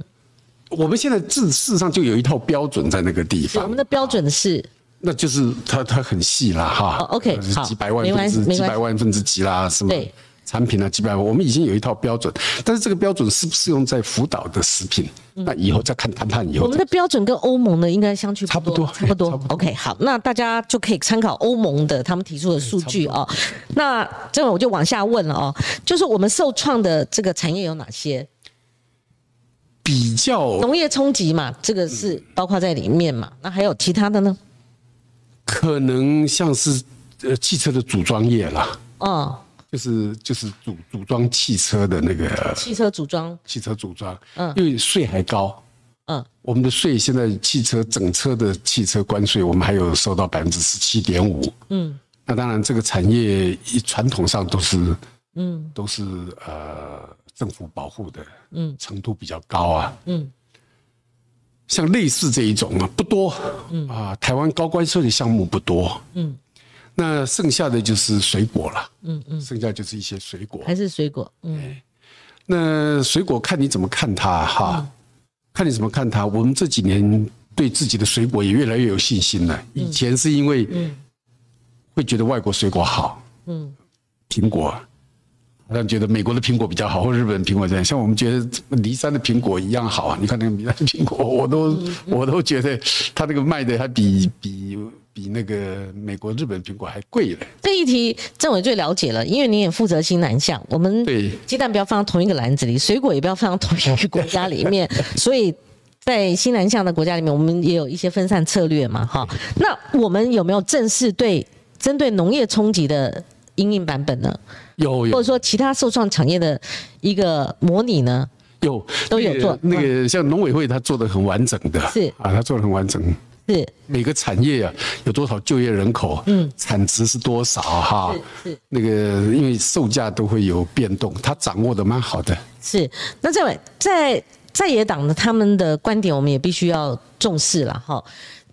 S2: 我们现在事事实上就有一套标准在那个地
S1: 是我
S2: 方
S1: 们，的标准是
S2: 那就是它它很细啦哈。
S1: 哦，OK，
S2: 呃
S1: 好
S2: 几百万
S1: 没关
S2: 分
S1: 系
S2: 之
S1: 没关
S2: 几
S1: 系
S2: 百万分之几啦，什么
S1: 对
S2: 产品啊，几百万，我们已经有一套标准，但是这个标准适不适用在辅导的食品？那以后再看谈判以
S1: 嗯我
S2: 后
S1: 们的标准跟欧盟的应该相去
S2: 差不多
S1: 差不多
S2: 哎差不。多
S1: OK，好，那大家就可以参考欧盟的他们提出的数据哦。那这样我就往下问了哦，就是我们受创的这个产业有哪些？
S2: 比较
S1: 农业冲击嘛，这个是包括在里面嘛。那还有其他的呢？
S2: 可能像是呃汽车的组装业啦，
S1: 哦，
S2: 就是就是组组装汽车的那个
S1: 汽车组装，
S2: 汽车组装，
S1: 嗯
S2: 因为税还高，
S1: 嗯，
S2: 我们的税现在汽车整车的汽车关税，我们还有收到百分之十七点五，嗯，那当然这个产业一传统上都是，嗯，都是呃政府保护的，嗯，程度比较高啊，
S1: 嗯，
S2: 像类似这一种啊不多，嗯啊，台湾高关税的项目不多，嗯，那剩下的就是水果了，嗯嗯，剩下就是一些水果，
S1: 还是水果？嗯，
S2: 那水果看你怎么看它哈，看你怎么看它。我们这几年对自己的水果也越来越有信心了。以前是因为会觉得外国水果好，嗯，苹果好像觉得美国的苹果比较好，或日本的苹果这样。像我们觉得梨山的苹果一样好啊。你看那个梨山的苹果，我都我都觉得它那个卖的还比比比那个美国、日本的苹果还贵嘞。
S1: 这一题政委最了解了，因为你也负责新南向，我们
S2: 对
S1: 鸡蛋不要放到同一个篮子里，水果也不要放到同一个国家里 面，所以。在新南向的国家里面，我们也有一些分散策略嘛，哈。那我们有没有正式对针对农业冲击的应应版本呢？
S2: 有有
S1: 或者说其他受创产业的一个模拟呢？
S2: 有
S1: 都有
S2: 那个
S1: 做嗯
S2: 那个像农委会，他做的很完整的，
S1: 是
S2: 啊，他做的很完整。
S1: 是
S2: 每个产业啊，有多少就业人口，嗯，产值是多少哈？
S1: 是是
S2: 那个因为售价都会有变动，他掌握的蛮好的。
S1: 是，那这位在在野党的他们的观点，我们也必须要重视了哈。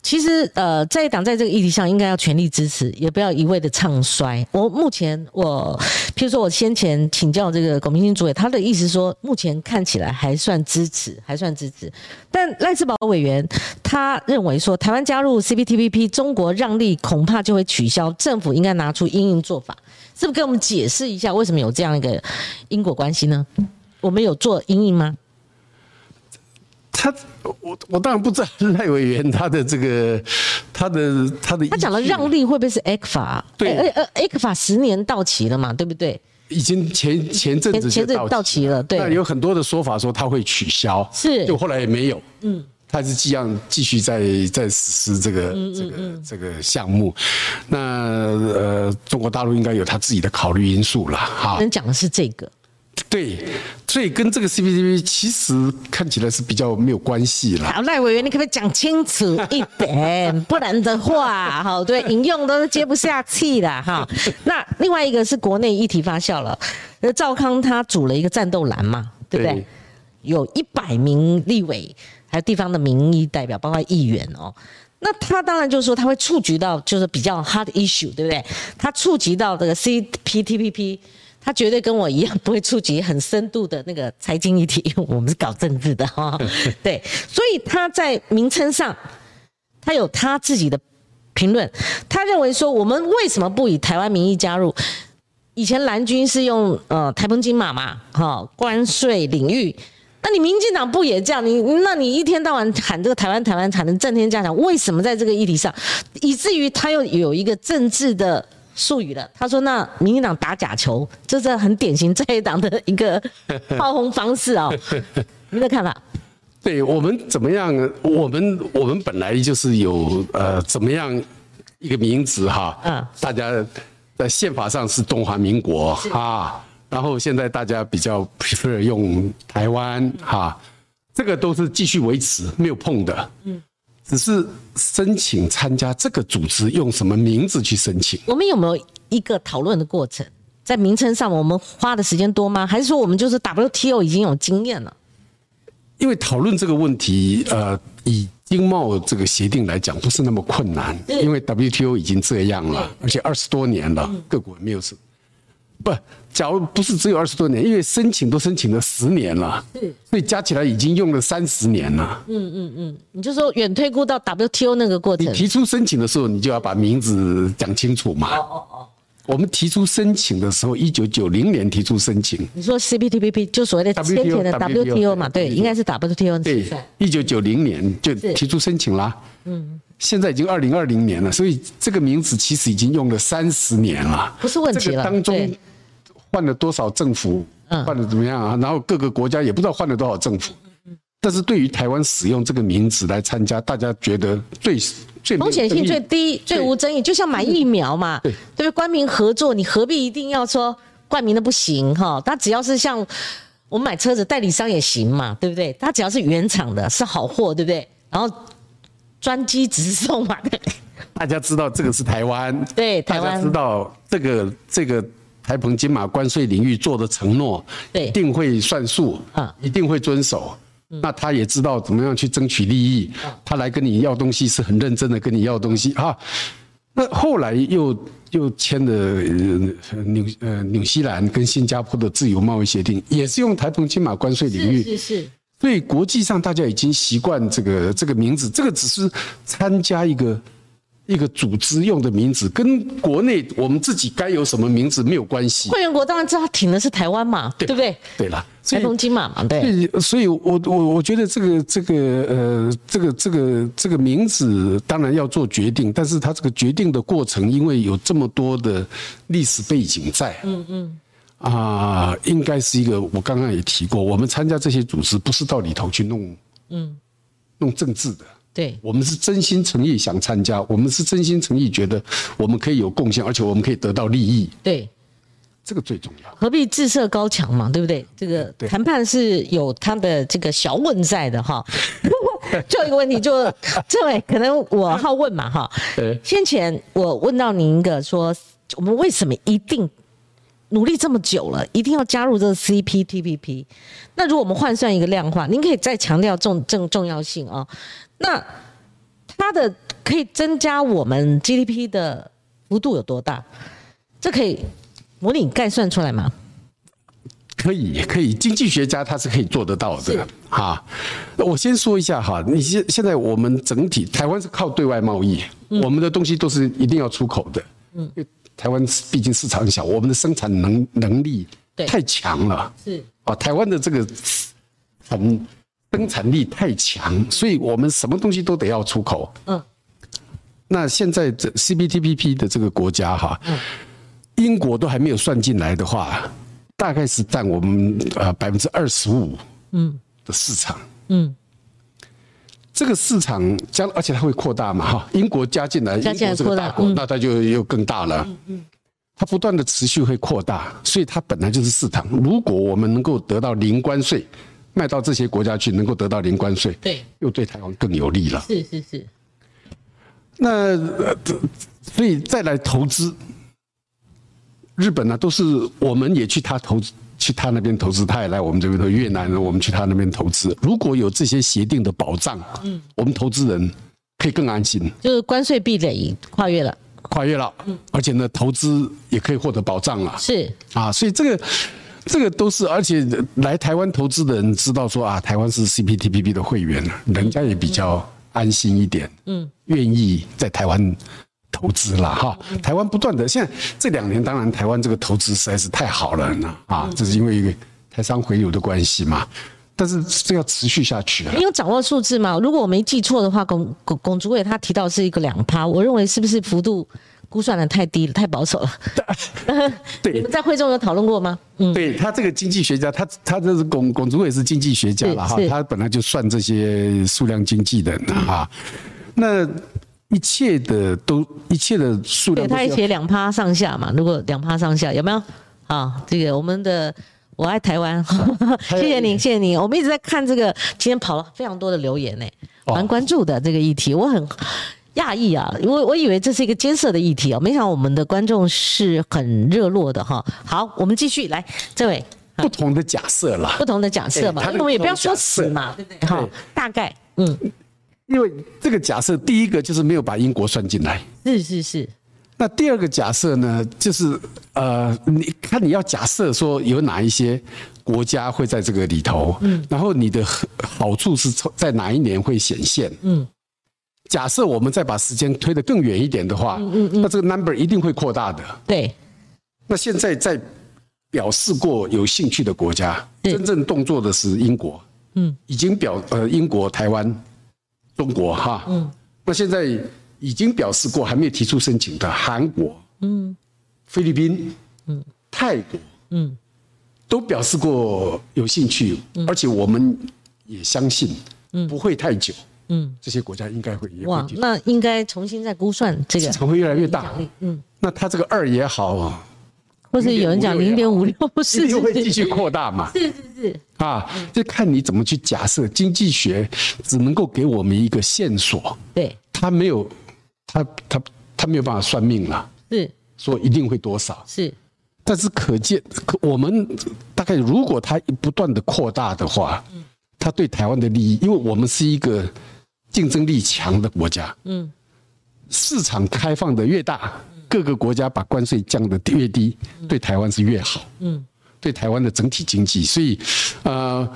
S1: 其实呃，在野党在这个议题上应该要全力支持，也不要一味的唱衰。我目前我，譬如说我先前请教这个龚明鑫主委，他的意思说，目前看起来还算支持，还算支持。但赖志宝委员他认为说，台湾加入 CPTPP，中国让利恐怕就会取消，政府应该拿出应应做法。是不是给我们解释一下，为什么有这样一个因果关系呢？我们有做阴影吗？
S2: 他，我我当然不知道赖委员他的这个他的他的依据，
S1: 他讲了让利会不会是 ECFA？
S2: 对
S1: 哎呃，ECFA 十年到期了嘛，对不对？
S2: 已经前前阵子
S1: 前前阵
S2: 就
S1: 子到期了对
S2: 那有很多的说法说他会取消，
S1: 是
S2: 就后来也没有，嗯，他还是继样继续在在实施这个、
S1: 嗯
S2: 这个这个项目。那呃，中国大陆应该有他自己的考虑因素了哈。
S1: 能讲的是这个，
S2: 对，所以跟这个 CPTP 其实看起来是比较没有关系啦。
S1: 好，赖委员，你可不可以讲清楚一 点？不然的话，哈，对，引用都是接不下去的 哈。那另外一个是国内议题发酵了，呃，赵康他组了一个战斗栏嘛，对不对？
S2: 对
S1: 有一百名立委，还有地方的民意代表，包括议员哦。那他当然就是说他会触及到就是比较 hard issue，对不对？他触及到这个 CPTPP，他绝对跟我一样不会触及很深度的那个财经议题，因为我们是搞政治的哈、哦。对，所以他在名称上，他有他自己的评论，他认为说我们为什么不以台湾名义加入？以前蓝军是用呃台澎金马嘛，哈、关税领域。那你民进党不也这样？你那你一天到晚喊这个台湾台湾谈的震天价响，为什么在这个议题上，以至于他又有一个政治的术语了？他说：“那民进党打假球，这是很典型在野党的一个 炮轰方式哦。”您的看法？
S2: 对我们怎么样？我们我们本来就是有呃，怎么样一个名词哈？
S1: 嗯
S2: 大家在宪法上是中华民国啊，然后现在大家比较 prefer 用台湾哈、这个都是继续维持没有碰的，嗯，只是申请参加这个组织用什么名字去申请。
S1: 我们有没有一个讨论的过程？在名称上，我们花的时间多吗？还是说我们就是 WTO 已经有经验了？
S2: 因为讨论这个问题，呃，以经贸这个协定来讲，不是那么困难，因为 WTO 已经这样了，而且二十多年了，各国没有是，不，假如不是只有二十多年，因为申请都申请了十年了，所以加起来已经用了三十年了。
S1: 你就说远推估到 WTO 那个过
S2: 你
S1: 程，
S2: 提出申请的时候，你就要把名字讲清楚嘛。我们提出申请的时候，一九九零年提出申请，
S1: 你说 CPTPP 就所谓的
S2: WTO
S1: 先前的
S2: WTO
S1: WTO 嘛？对，
S2: 对
S1: 应该是 WTO 的
S2: 对
S1: 比赛，
S2: 一九九零年就是提出申请啦。嗯，现在已经二零二零年了，所以这个名字其实已经用了三十年了。
S1: 不是问题
S2: 这个
S1: 了。
S2: 当中
S1: 对
S2: 换了多少政府，
S1: 嗯
S2: 换了怎么样啊？然后各个国家也不知道换了多少政府。
S1: 嗯
S2: 但是对于台湾使用这个名字来参加，大家觉得最最没有
S1: 风险性
S2: 争议
S1: 最低、最无争议，就像买疫苗嘛，对
S2: 对
S1: 不对？官民合作，你何必一定要说冠名的不行哈？它只要是像我们买车子代理商也行嘛，对不对？它只要是原厂的，是好货，对不对？然后专机直送嘛，
S2: 大家知道这个是台湾，
S1: 对
S2: 大
S1: 台
S2: 家
S1: 湾
S2: 知道这个这个台澎金马关税领域做的承诺，
S1: 对
S2: 一定会算数，
S1: 嗯
S2: 一定会遵守。那他也知道怎么样去争取利益，
S1: 啊
S2: 他来跟你要东西是很认真的跟你要东西啊。那后来又又签了呃纽呃纽西兰跟新加坡的自由贸易协定，也是用台澎金马关税领域，
S1: 是，
S2: 所以国际上大家已经习惯这个这个名字，这个只是参加一个一个组织用的名字，跟国内我们自己该有什么名字没有关系。
S1: 会员国当然知道它挺的是台湾嘛，对不对？
S2: 对啦，所
S1: 台
S2: 以
S1: 澎金马嘛，对。
S2: 所以所以我我我觉得这个这个呃这个这个这个名字当然要做决定，但是它这个决定的过程，因为有这么多的历史背景在，嗯嗯。啊、应该是一个我刚刚也提过，我们参加这些组织不是到里头去弄，嗯，弄政治的，
S1: 对，
S2: 我们是真心诚意想参加，我们是真心诚意觉得我们可以有贡献，而且我们可以得到利益，
S1: 对，
S2: 这个最重要。
S1: 何必自设高墙嘛，对不对？这个
S2: 对
S1: 谈判是有他的这个小问在的哈。 就有一个问题，就这位可能我好问嘛哈。
S2: 对
S1: 先前我问到您一个说，我们为什么一定努力这么久了，一定要加入这个 CPTPP？那如果我们换算一个量化，您可以再强调重重重要性哦。那它的可以增加我们 GDP 的幅度有多大？这可以模拟概算出来吗？
S2: 可以，可以，经济学家他是可以做得到
S1: 是
S2: 的哈。我先说一下哈，你现现在我们整体台湾是靠对外贸易，
S1: 嗯
S2: 我们的东西都是一定要出口的，嗯，因为台湾毕竟市场小，我们的生产能能力
S1: 对
S2: 太强了，
S1: 是
S2: 啊，台湾的这个产生产力太强，所以我们什么东西都得要出口。
S1: 嗯，
S2: 那现在这 CPTPP 的这个国家哈，
S1: 嗯
S2: 英国都还没有算进来的话，大概是占我们呃百分之二十五嗯的市场。
S1: 嗯，
S2: 这个市场将而且它会扩大嘛哈，英国加进来，
S1: 加
S2: 英
S1: 进来
S2: 国这个
S1: 扩
S2: 大
S1: 大
S2: 国，
S1: 嗯
S2: 那它就又更大了。它不断的持续会扩大，所以它本来就是市场。如果我们能够得到零关税，卖到这些国家去，能够得到零关税，
S1: 对，
S2: 又对台湾更有利了。
S1: 是是是，
S2: 那呃这所以再来投资，日本呢、都是我们也去他投资，去他那边投资，他也来我们这边投资越南，我们去他那边投资。如果有这些协定的保障，嗯，我们投资人可以更安心，
S1: 就是关税壁垒跨越了，
S2: 跨越了，而且呢，投资也可以获得保障了。
S1: 是
S2: 啊，所以这个这个都是，而且来台湾投资的人知道说啊，台湾是 CPTPP 的会员，啊人家也比较安心一点，嗯，愿意在台湾投资啦。哈。台湾不断的，现在这两年当然台湾这个投资实在是太好了呢啊，这是因为一个台商回流的关系嘛，但是这要持续下去啊。
S1: 你有掌握数字吗？如果我没记错的话，龚龚龚主委他提到是一个两趴，我认为是不是幅度估算的太低了，太保守了？ 你
S2: 对
S1: 们在会中有讨论过吗？嗯，
S2: 对，他这个经济学家，他他这是龚龚主也是经济学家了哈
S1: 是是，
S2: 他本来就算这些数量经济的人啊。那一切的都一切的数
S1: 对，
S2: 量都
S1: 他也
S2: 是要
S1: 写两趴上下嘛，如果两趴上下有没有？啊，这个我们的。我爱台湾， 谢谢你，谢谢你。我们一直在看这个，今天跑了非常多的留言呢、蛮关注的这个议题，我很讶异啊，因为我以为这是一个艰涩的议题啊，没想到我们的观众是很热络的哈。好，我们继续来，这位
S2: 不同的假设啦。
S1: 不同的假设
S2: 哎
S1: 嘛，
S2: 他
S1: 因为我们也不要
S2: 不同
S1: 说
S2: 的假设
S1: 死嘛，对不对？哈
S2: 对，
S1: 大概，嗯，
S2: 因为这个假设，第一个就是没有把英国算进来。
S1: 是是是，
S2: 那第二个假设呢，就是呃，你看你要假设说有哪一些国家会在这个里头，嗯，然后你的好处是从在哪一年会显现，
S1: 嗯。
S2: 假设我们再把时间推得更远一点的话，嗯嗯，那这个 number 一定会扩大的。
S1: 对，
S2: 那现在在表示过有兴趣的国家，
S1: 是
S2: 真正动作的是英国，
S1: 嗯，
S2: 已经表呃英国、台湾、中国哈，嗯，那现在已经表示过还没有提出申请的韩国，嗯，菲律宾，嗯，泰国，
S1: 嗯，
S2: 都表示过有兴趣，而且我们也相信，不会太久，
S1: 嗯，
S2: 这些国家应该会也会
S1: 哇
S2: 提，出，
S1: 那应该重新再估算这个
S2: 市，场会越来越大，
S1: 嗯，
S2: 那它这个二也好，啊
S1: 或是有人讲零点五
S2: 0.56
S1: 六，是
S2: 又会
S1: 是
S2: 继
S1: 是
S2: 续扩大嘛，
S1: 是是是，
S2: 啊，就看你怎么去假设。经济学只能够给我们一个线索，
S1: 对，
S2: 它没有，它它它没有办法算命了，
S1: 是
S2: 说一定会多少。
S1: 是，
S2: 但是可见，可我们大概如果它不断的扩大的话，它对台湾的利益，因为我们是一个竞争力强的国家，
S1: 嗯，
S2: 市场开放的越大，各个国家把关税降得越低，对台湾是越好，
S1: 嗯，
S2: 对台湾的整体经济，所以，呃，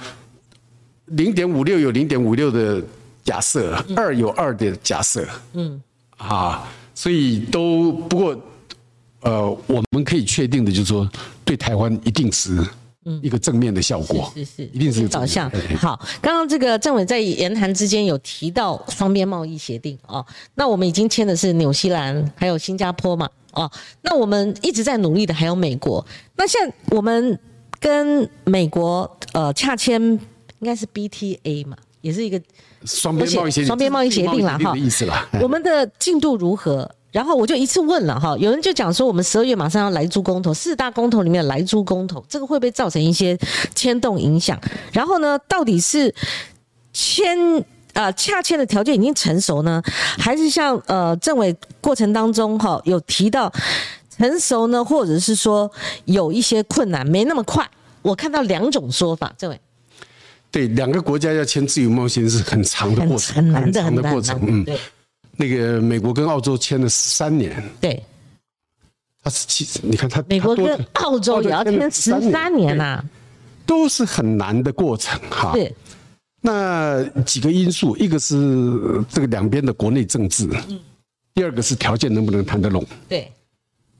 S2: 零点五六有零点五六的假设，二有二的假设，
S1: 嗯，
S2: 啊，所以都不过，呃，我们可以确定的就是说，对台湾一定是一个正面的效果，
S1: 嗯是是，
S2: 一定是有
S1: 导向
S2: 正面的。哎
S1: 好，刚刚这个政委在言谈之间有提到双边贸易协定哦，那我们已经签的是纽西兰还有新加坡嘛哦，那我们一直在努力的还有美国，那现在我们跟美国呃洽签应该是 BTA 嘛，也是一个
S2: 双边贸易协定，
S1: 双边贸易协定啦
S2: 这是
S1: 哈
S2: 的意思啦。哎
S1: 我们的进度如何？然后我就一次问了哈，有人就讲说我们十二月马上要来猪公投，四大公投里面来猪公投，这个会不会造成一些牵动影响？然后呢，到底是签呃洽签的条件已经成熟呢，还是像呃政委过程当中哈有提到成熟呢，或者是说有一些困难，没那么快？我看到两种说法，政委
S2: 对，两个国家要签自由贸易协定是很长的
S1: 很
S2: 过程，
S1: 很难的，
S2: 长
S1: 很
S2: 的
S1: 难
S2: 过
S1: 的
S2: 程。嗯，
S1: 对
S2: 那个美国跟澳洲签了十三年，
S1: 对。
S2: 它是其实你看它
S1: 美国跟澳洲也要签十三年啊呐、
S2: 呐、都是很难的过程哈。
S1: 是
S2: 那几个因素，一个是呃这个两边的国内政治，
S1: 嗯
S2: 第二个是条件能不能谈得拢。
S1: 对，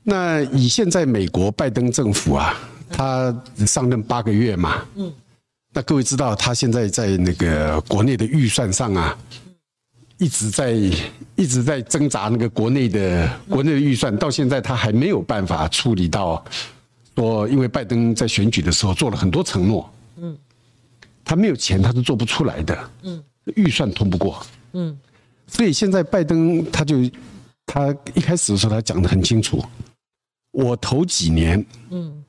S2: 那以现在美国拜登政府啊，他上任八个月嘛，嗯，那各位知道，他现在在那个国内的预算上啊，一直在一直在挣扎那个国内的国内的预算，到现在他还没有办法处理到说，因为拜登在选举的时候做了很多承诺，嗯，他没有钱他是做不出来的，嗯，预算通不过，嗯，所以现在拜登他就他一开始的时候他讲的很清楚，我头几年，嗯，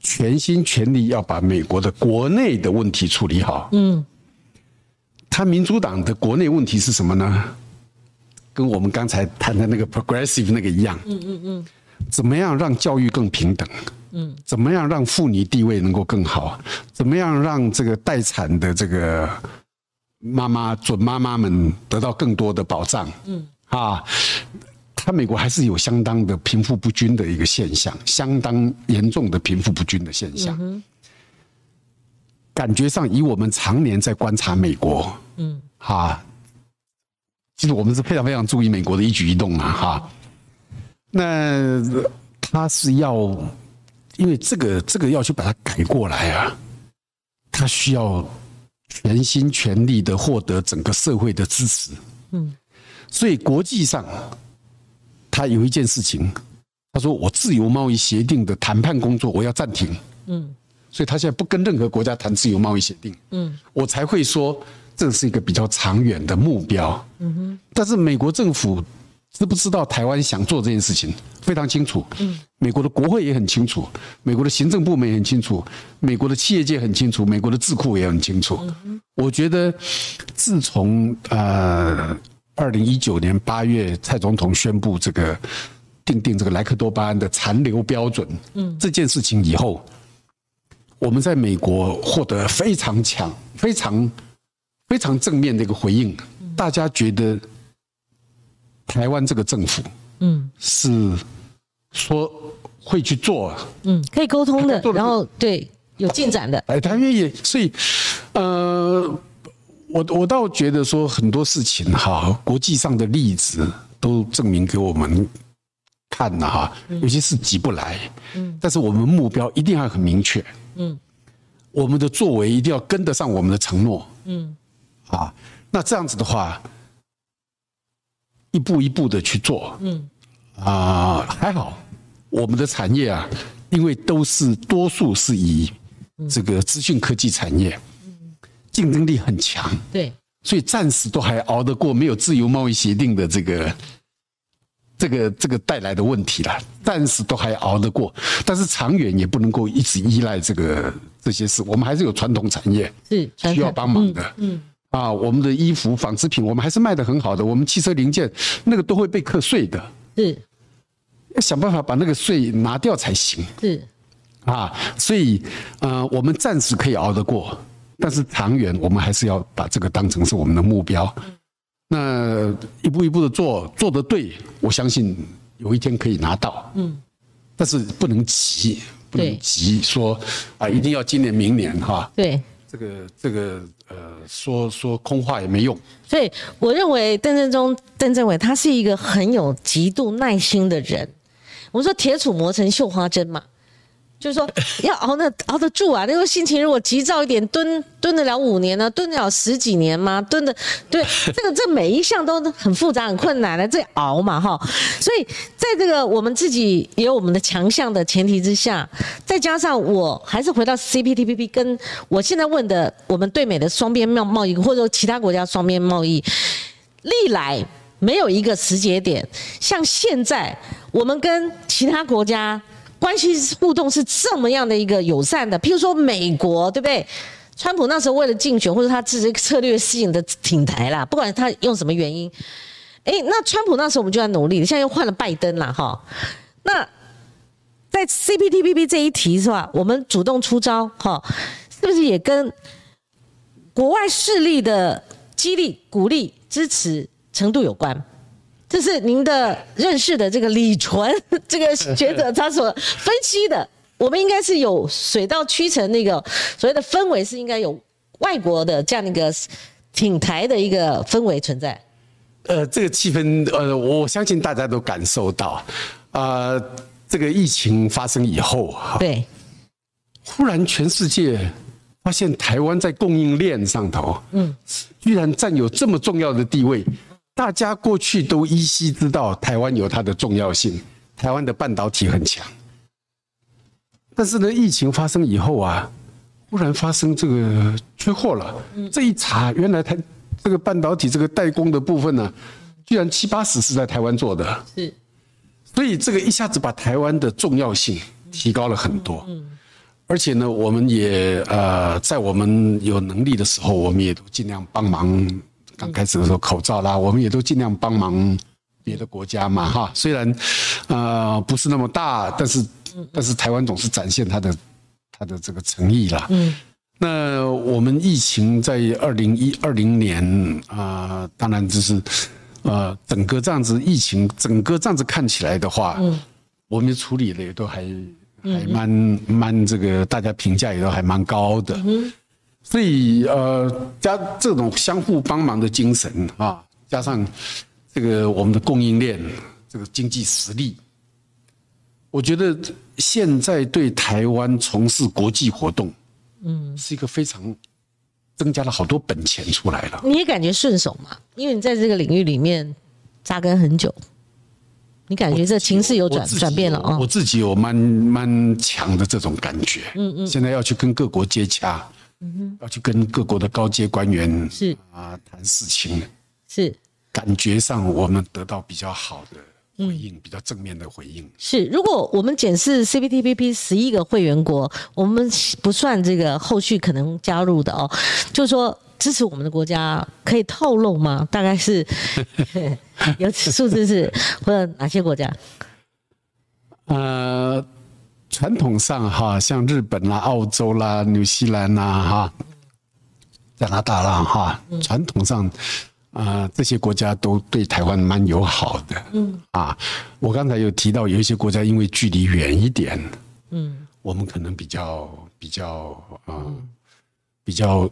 S2: 全心全力要把美国的国内的问题处理好，
S1: 嗯，
S2: 他民主党的国内问题是什么呢？跟我们刚才谈的那个 progressive 那个一样，嗯嗯嗯，怎么样让教育更平等？嗯，怎么样让妇女地位能够更好？怎么样让这个待产的这个妈妈准妈妈们得到更多的保障？嗯，啊，它美国还是有相当的贫富不均的一个现象，相当严重的贫富不均的现象。感觉上，以我们常年在观察美国，嗯，哈，其实我们是非常非常注意美国的一举一动啊，哈。那他是要，因为这个这个要去把它改过来啊，他需要全心全力的获得整个社会的支持，嗯，所以国际上他有一件事情，他说我自由贸易协定的谈判工作我要暂停，所以他现在不跟任何国家谈自由贸易协定，嗯，我才会说这是一个比较长远的目标，嗯哼。但是美国政府知不知道台湾想做这件事情，非常清楚，嗯，美国的国会也很清楚，美国的行政部门也很清楚，美国的企业界很清楚，美国的智库也很清楚。我觉得自从呃二零一九年八月蔡总统宣布这个。定定这个莱克多巴胺的残留标准，嗯，这件事情以后，我们在美国获得非常强、非常、非常正面的一个回应。大家觉得台湾这个政府，
S1: 嗯
S2: 是说会去做，
S1: 嗯，可以沟通的
S2: 做，得
S1: 然后对有进展的，
S2: 哎，他愿意，所以，呃，我我倒觉得说很多事情哈，国际上的例子都证明给我们看了哈，有些是急不来，嗯，但是我们目标一定要很明确，
S1: 嗯，
S2: 我们的作为一定要跟得上我们的承诺，
S1: 嗯，
S2: 啊，那这样子的话，一步一步的去做，嗯，啊，还好，我们的产业啊，因为都是多数是以这个资讯科技产业，竞争力很强，
S1: 对，
S2: 所以暂时都还熬得过没有自由贸易协定的这个这个这个带来的问题啦，暂时都还熬得过，但是长远也不能够一直依赖这个这些事，我们还是有传统产业
S1: 是传
S2: 需要
S1: 统
S2: 帮忙的，嗯。啊，我们的衣服、纺织品，我们还是卖得很好的。我们汽车零件那个都会被课税的，
S1: 是
S2: 要想办法把那个税拿掉才行。
S1: 是
S2: 啊，所以呃，我们暂时可以熬得过，但是长远我们还是要把这个当成是我们的目标。那一步一步的做，做得对，我相信有一天可以拿到。嗯，但是不能急，不
S1: 对
S2: 能急说啊，一定要今年明年哈、
S1: 对。
S2: 这个这个呃，说说空话也没用。
S1: 所以我认为邓正中、邓正伟他是一个很有极度耐心的人。我们说铁杵磨成绣花针嘛，就是说要熬那熬得住啊。那个心情如果急躁一点，蹲蹲得了五年呢、蹲得了十几年吗？蹲的对，这个这每一项都很复杂、很困难的，这熬嘛哈。所以在这个我们自己也有我们的强项的前提之下，再加上我还是回到 CPTPP，跟我现在问的我们对美的双边贸贸易，或者说其他国家双边贸易，历来没有一个时节点，像现在我们跟其他国家关系互动是这么样的一个友善的。譬如说美国，对不对？川普那时候为了竞选或者他自己策略性的挺台啦，不管他用什么原因，诶，那川普那时候我们就在努力，现在又换了拜登啦，哈，那。在 CPTPP 这一题是吧？我们主动出招，哈，是不是也跟国外势力的激励、鼓励、支持程度有关。这是您的认识的这个李纯 这个学者他所分析的。我们应该是有水到渠成那个所谓的氛围，是应该有外国的这样的一个挺台的一个氛围存在。
S2: 呃，这个气氛，呃，我相信大家都感受到，呃，啊这个疫情发生以后哈，
S1: 对，
S2: 忽然全世界发现台湾在供应链上头，嗯，居然占有这么重要的地位。大家过去都依稀知道台湾有它的重要性，台湾的半导体很强。但是呢，疫情发生以后啊，忽然发生这个缺货了，这一查，原来台这个半导体这个代工的部分呢、居然七八十是在台湾做的。
S1: 是
S2: 所以这个一下子把台湾的重要性提高了很多。而且呢，我们也呃，在我们有能力的时候，我们也都尽量帮忙。刚开始的时候，口罩啦，我们也都尽量帮忙别的国家嘛，哈。虽然呃不是那么大，但是但是台湾总是展现它的它的这个诚意啦。嗯。那我们疫情在二零一二零年啊、呃当然就是呃，整个这样子疫情，整个这样子看起来的话，我们处理的也都还还蛮蛮这个，大家评价也都还蛮高的。所以呃，加这种相互帮忙的精神啊，加上这个我们的供应链，这个经济实力，我觉得现在对台湾从事国际活动，嗯，是一个非常增加了好多本钱出来了。
S1: 你也感觉顺手嘛？因为你在这个领域里面扎根很久，你感觉这情势有
S2: 我
S1: 转
S2: 自己
S1: 转变了
S2: 我
S1: 哦。
S2: 自己有蛮蛮强的这种感觉。嗯嗯。现在要去跟各国接洽，要去跟各国的高阶官员
S1: 嗯是
S2: 啊谈事情，
S1: 是
S2: 感觉上我们得到比较好的回
S1: 嗯
S2: 应，比较正面的回应。
S1: 是，如果我们检视 CPTPP 十一个会员国，我们不算这个后续可能加入的哦，就是说支持我们的国家可以透露吗？大概是 有数字是或者哪些国家？
S2: 呃，传统上哈，像日本啦、澳洲啦、纽西兰啦、哈、加拿大啦哈，传统上啊、呃这些国家都对台湾蛮友好的。嗯啊，我刚才有提到有一些国家因为距离远一点，嗯，我们可能比较比较啊、呃比较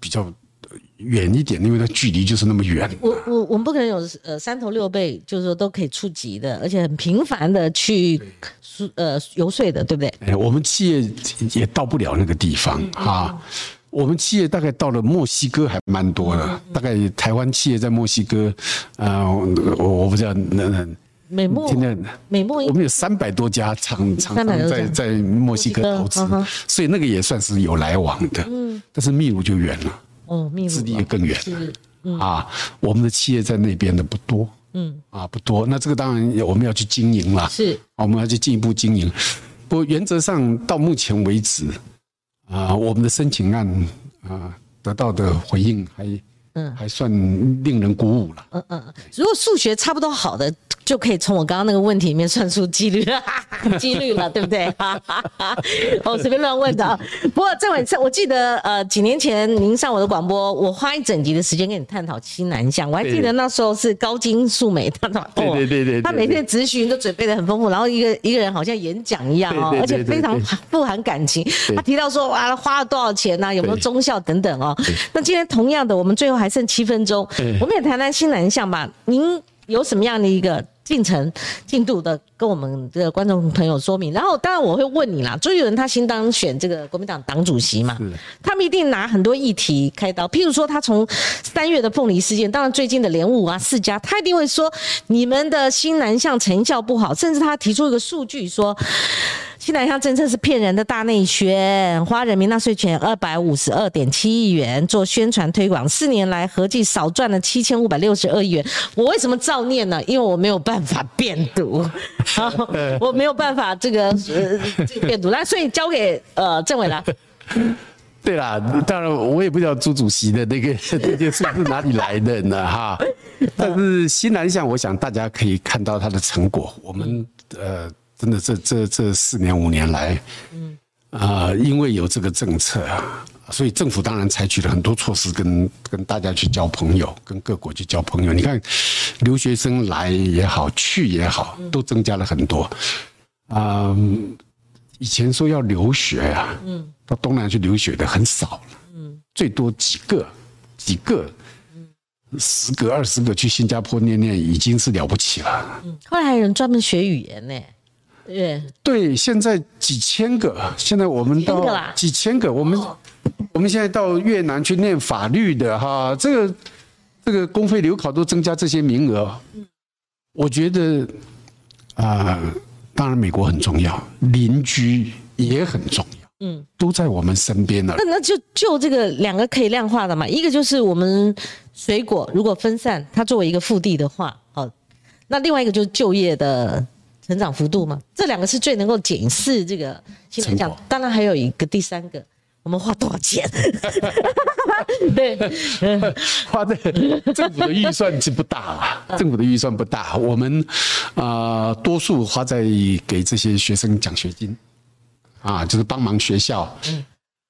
S2: 比较呃远一点，因为它距离就是那么远。
S1: 我我我们不可能有呃三头六臂，就是说都可以触及的，而且很频繁的去诉呃游说的，对不对？
S2: 哎，我们企业也到不了那个地
S1: 嗯
S2: 方啊。我们企业大概到了墨西哥还蛮多
S1: 嗯
S2: 的，大概台湾企业在墨西哥，呃，我我不知道，那那
S1: 美墨
S2: 现在
S1: 美墨
S2: 我
S1: 应
S2: 们有三百多家厂
S1: 300
S2: 厂商
S1: 多家
S2: 在在墨西哥投资
S1: 墨西哥嗯哼，
S2: 所以那个也算是有来往的。嗯，但是秘鲁就远了，
S1: 哦秘
S2: 智利
S1: 鲁
S2: 也
S1: 了
S2: 更远了。
S1: 嗯
S2: 啊，我们的企业在那边的不多。嗯，啊不多，那这个当然我们要去经营啦。
S1: 是
S2: 我们要去进一步经营。不过原则上到目前为止，啊、我们的申请案啊、得到的回应还
S1: 嗯
S2: 还算令人鼓舞了。
S1: 嗯嗯，嗯如果数学差不多好的，就可以从我刚刚那个问题里面算出几率了， 几率了，对不对？哈哈哈我随便乱问的啊。不过郑伟，我记得呃几年前您上我的广播，我花一整集的时间跟你探讨西南向，我还记得那时候是高金素梅探讨，
S2: 对对对对对
S1: 他每天咨询都准备的很丰富，然后一个一个人好像演讲一样哦，
S2: 对对对
S1: 而且
S2: 对
S1: 非常
S2: 对
S1: 富含感情。他提到说哇花了多少钱啊呐、有没有
S2: 对
S1: 中效等等哦。那今天同样的，我们最后还剩七分钟
S2: 对，
S1: 我们也谈谈新南向吧。您有什么样的一个进程进度的，跟我们的观众朋友说明？然后，当然我会问你啦，朱立伦他新当选这个国民党党主席嘛
S2: 是，
S1: 他们一定拿很多议题开刀，譬如说他从三月的凤梨事件，当然最近的莲雾啊、四家，他一定会说你们的新南向成效不好，甚至他提出一个数据说。西南向政策是骗人的大内宣，花人民纳税钱二百五十二点七亿元做宣传推广，四年来合计少赚了七千五百六十二亿元。我为什么照念呢？因为我没有办法变读，好我没有办法这个呃这个变读，那所以交给呃政委了。
S2: 对啦，当然我也不知道朱主席的那个这件事是哪里来的呢哈。但是新南向，我想大家可以看到它的成果。我们呃，真的这这这四年五年来，啊、因为有这个政策啊，所以政府当然采取了很多措施跟，跟大家去交朋友，跟各国去交朋友。你看，留学生来也好，去也好，都增加了很多。啊、以前说要留学啊，到东南亚去留学的很少了，最多几个，几个。十个二十个去新加坡念念已经是了不起了。
S1: 后来还有人专门学语言呢，对，
S2: 对，现在几千个，现在我们
S1: 几千个
S2: 到
S1: 啦哦
S2: 几千个，我们我们现在到越南去念法律的哈，这个这个公费留考都增加这些名额，我觉得啊、当然美国很重要，邻居也很重要，嗯，都在我们身边了
S1: 那。那就就这个两个可以量化的嘛，一个就是我们水果如果分散，它作为一个腹地的话，好，那另外一个就是就业的成长幅度嘛，这两个是最能够检视这个新闻
S2: 成
S1: 奖
S2: 果。
S1: 当然还有一个第三个，我们花多少钱？对，
S2: 花在政府的预算其实不大啊，政府的预算不大，我们啊、呃多数花在给这些学生奖学金，啊，就是帮忙学校，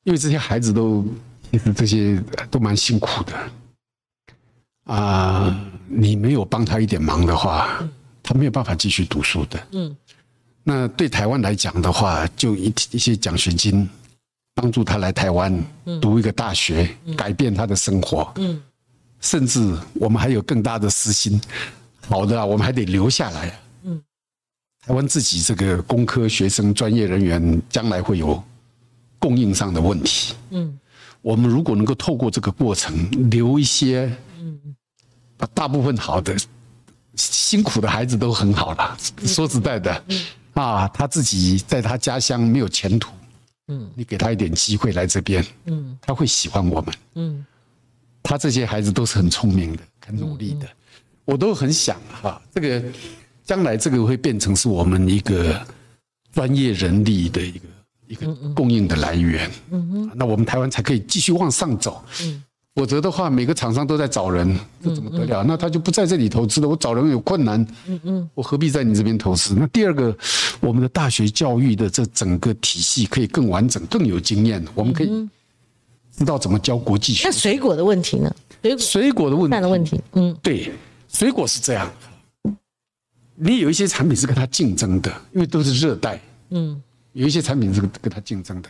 S2: 因为这些孩子都其实这些都蛮辛苦的，啊、你没有帮他一点忙的话，他没有办法继续读书的，嗯，那对台湾来讲的话，就一一些奖学金。帮助他来台湾读一个大学，改变他的生活。嗯，甚至我们还有更大的私心，好的、啊，我们还得留下来。嗯，台湾自己这个工科学生专业人员将来会有供应上的问题。嗯，我们如果能够透过这个过程留一些，嗯，把大部分好的辛苦的孩子都很好了。说实在的，啊，他自己在他家乡没有前途。你给他一点机会来这边，嗯，他会喜欢我们，嗯，他这些孩子都是很聪明的，很努力的，我都很想哈、这个将来这个会变成是我们一个专业人力的一个一个供应的来源，嗯那我们台湾才可以继续往上走，嗯，否则的话，每个厂商都在找人，这怎么得了？那他就不在这里投资了，我找人有困难，嗯嗯，我何必在你这边投资？那第二个，我们的大学教育的这整个体系可以更完整、更有经验，我们可以知道怎么教国际学
S1: 那。水果的问题呢？水果
S2: 水果的问
S1: 蛋
S2: 题
S1: 的，问题，嗯，
S2: 对，水果是这样，你有一些产品是跟它竞争的，因为都是热带，嗯，有一些产品是跟它竞争的。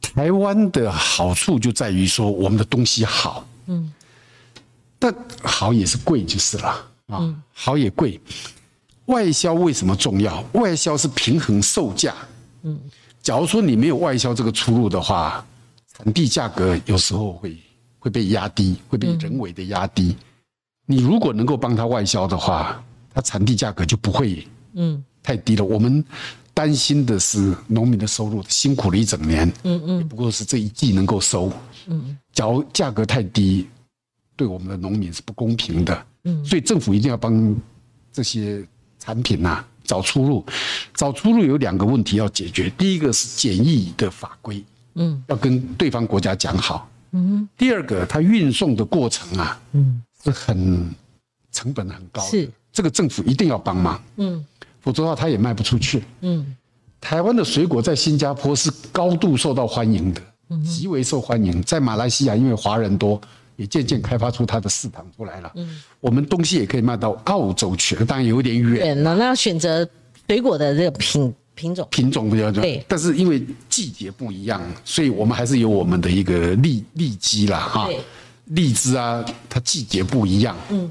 S2: 台湾的好处就在于说我们的东西好，嗯，但好也是贵就是了啊，好也贵。外销为什么重要？外销是平衡售价，嗯，假如说你没有外销这个出路的话，产地价格有时候会会被压低，会被人为的压低。你如果能够帮他外销的话，它产地价格就不会嗯太低了。我们担心的是农民的收入，辛苦了一整年，嗯嗯，也不过是这一季能够收，嗯，假如价格太低，对我们的农民是不公平的，嗯，所以政府一定要帮这些产品呐、找出路，找出路有两个问题要解决，第一个是简易的法规，嗯，要跟对方国家讲好，嗯，第二个它运送的过程啊，嗯，是很成本很高的，
S1: 是
S2: 这个政府一定要帮忙，嗯，否则的话它也卖不出去，嗯，台湾的水果在新加坡是高度受到欢迎的，极为受欢迎，在马来西亚因为华人多。也渐渐开发出它的市场出来了。嗯，我们东西也可以卖到澳洲去，当然有点远，
S1: 对，那那要选择水果的这个品品种，
S2: 品种比较多
S1: 对，
S2: 但是因为季节不一样，所以我们还是有我们的一个利利基啦，哈
S1: 对，
S2: 荔枝啊，它季节不一样，嗯，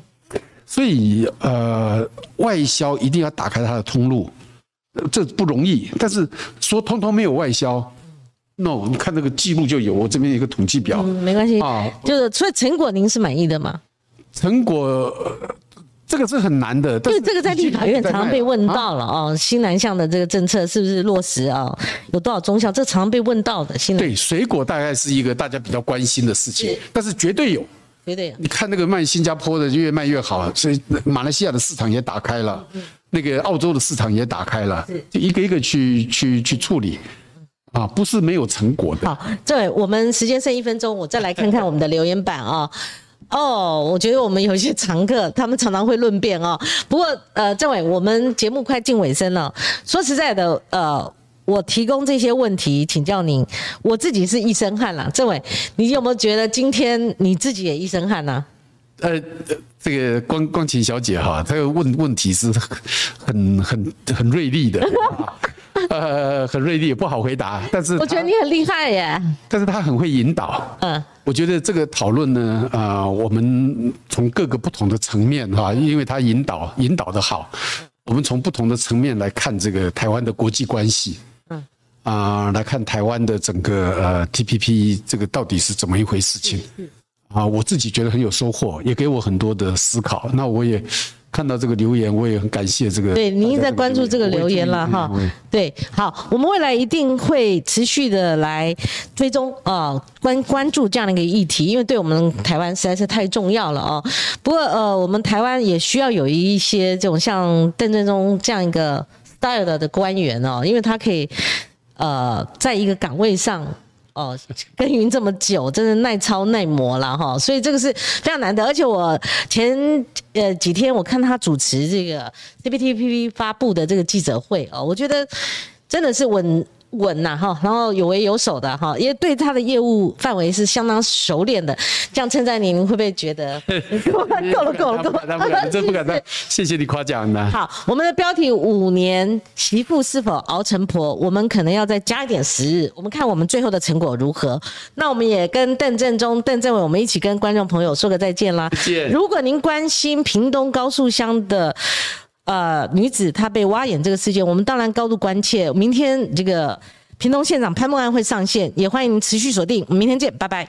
S2: 所以呃，外销一定要打开它的通路，呃这不容易。但是说通通没有外销，no，你看那个记录就有，我这边有一个统计表，
S1: 嗯，没关系
S2: 啊，
S1: 就是所以成果您是满意的嘛？
S2: 成果、呃这个是很难的，但
S1: 因
S2: 是
S1: 为这个在立法院常常被问到了哦，新南向的这个政策是不是落实啊、哦？有多少中校？这常常被问到的。新南
S2: 对水果大概是一个大家比较关心的事情
S1: 是，
S2: 但是绝对有。
S1: 绝对
S2: 你看那个卖新加坡的越卖越好，所以马来西亚的市场也打开了，那个澳洲的市场也打开了，就一个一个去去去处理，啊，不是没有成果的。
S1: 好。这位我们时间剩一分钟，我再来看看我们的留言板啊、哦，我觉得我们有一些常客，他们常常会论辩哦。不过，呃，政委，我们节目快近尾声了。说实在的，呃，我提供这些问题请教您，我自己是一身汗啦。政委，你有没有觉得今天你自己也一身汗呢、
S2: 呃，呃这个光光琴小姐哈，这个问问题是很很很锐利的，啊呃，很锐利，不好回答，但是
S1: 我觉得
S2: 她
S1: 你很厉害耶。
S2: 但是她很会引导，
S1: 嗯，
S2: 我觉得这个讨论呢，啊、我们从各个不同的层面哈、因为它引导引导的好，我们从不同的层面来看这个台湾的国际关系。嗯，啊、啊、来看台湾的整个呃 TPP 这个到底是怎么一回事情。啊，我自己觉得很有收获，也给我很多的思考。那我也看到这个留言，我也很感谢这个。
S1: 对，你一直在关注这个留言了哈
S2: 我会注意。嗯
S1: 对，好，我们未来一定会持续的来追踪啊、呃关关注这样的一个议题，因为对我们台湾实在是太重要了哦。不过呃，我们台湾也需要有一些这种像邓正中这样一个 style 的的官员哦，因为他可以呃，在一个岗位上。哦，耕耘这么久，真的耐操耐磨了哈，所以这个是非常难得。而且我前呃几天我看他主持这个 CPTPP 发布的这个记者会哦，我觉得真的是稳稳呐、哈，然后有为有守的哈，也对他的业务范围是相当熟练的。这样称赞您，您会不会觉 得够了够了够了够
S2: 不
S1: 了
S2: 敢当，不敢当，真不敢 当。谢谢你夸奖呐。
S1: 好，我们的标题五年媳妇是否熬成婆，我们可能要再加一点时日，我们看我们最后的成果如何。那我们也跟邓正中、邓政委，我们一起跟观众朋友说个再见啦。
S2: 再见
S1: 如果您关心屏东高速乡的。呃，女子她被挖眼这个事件，我们当然高度关切。明天这个屏东县长潘孟安会上线，也欢迎持续锁定。我们明天见，拜拜。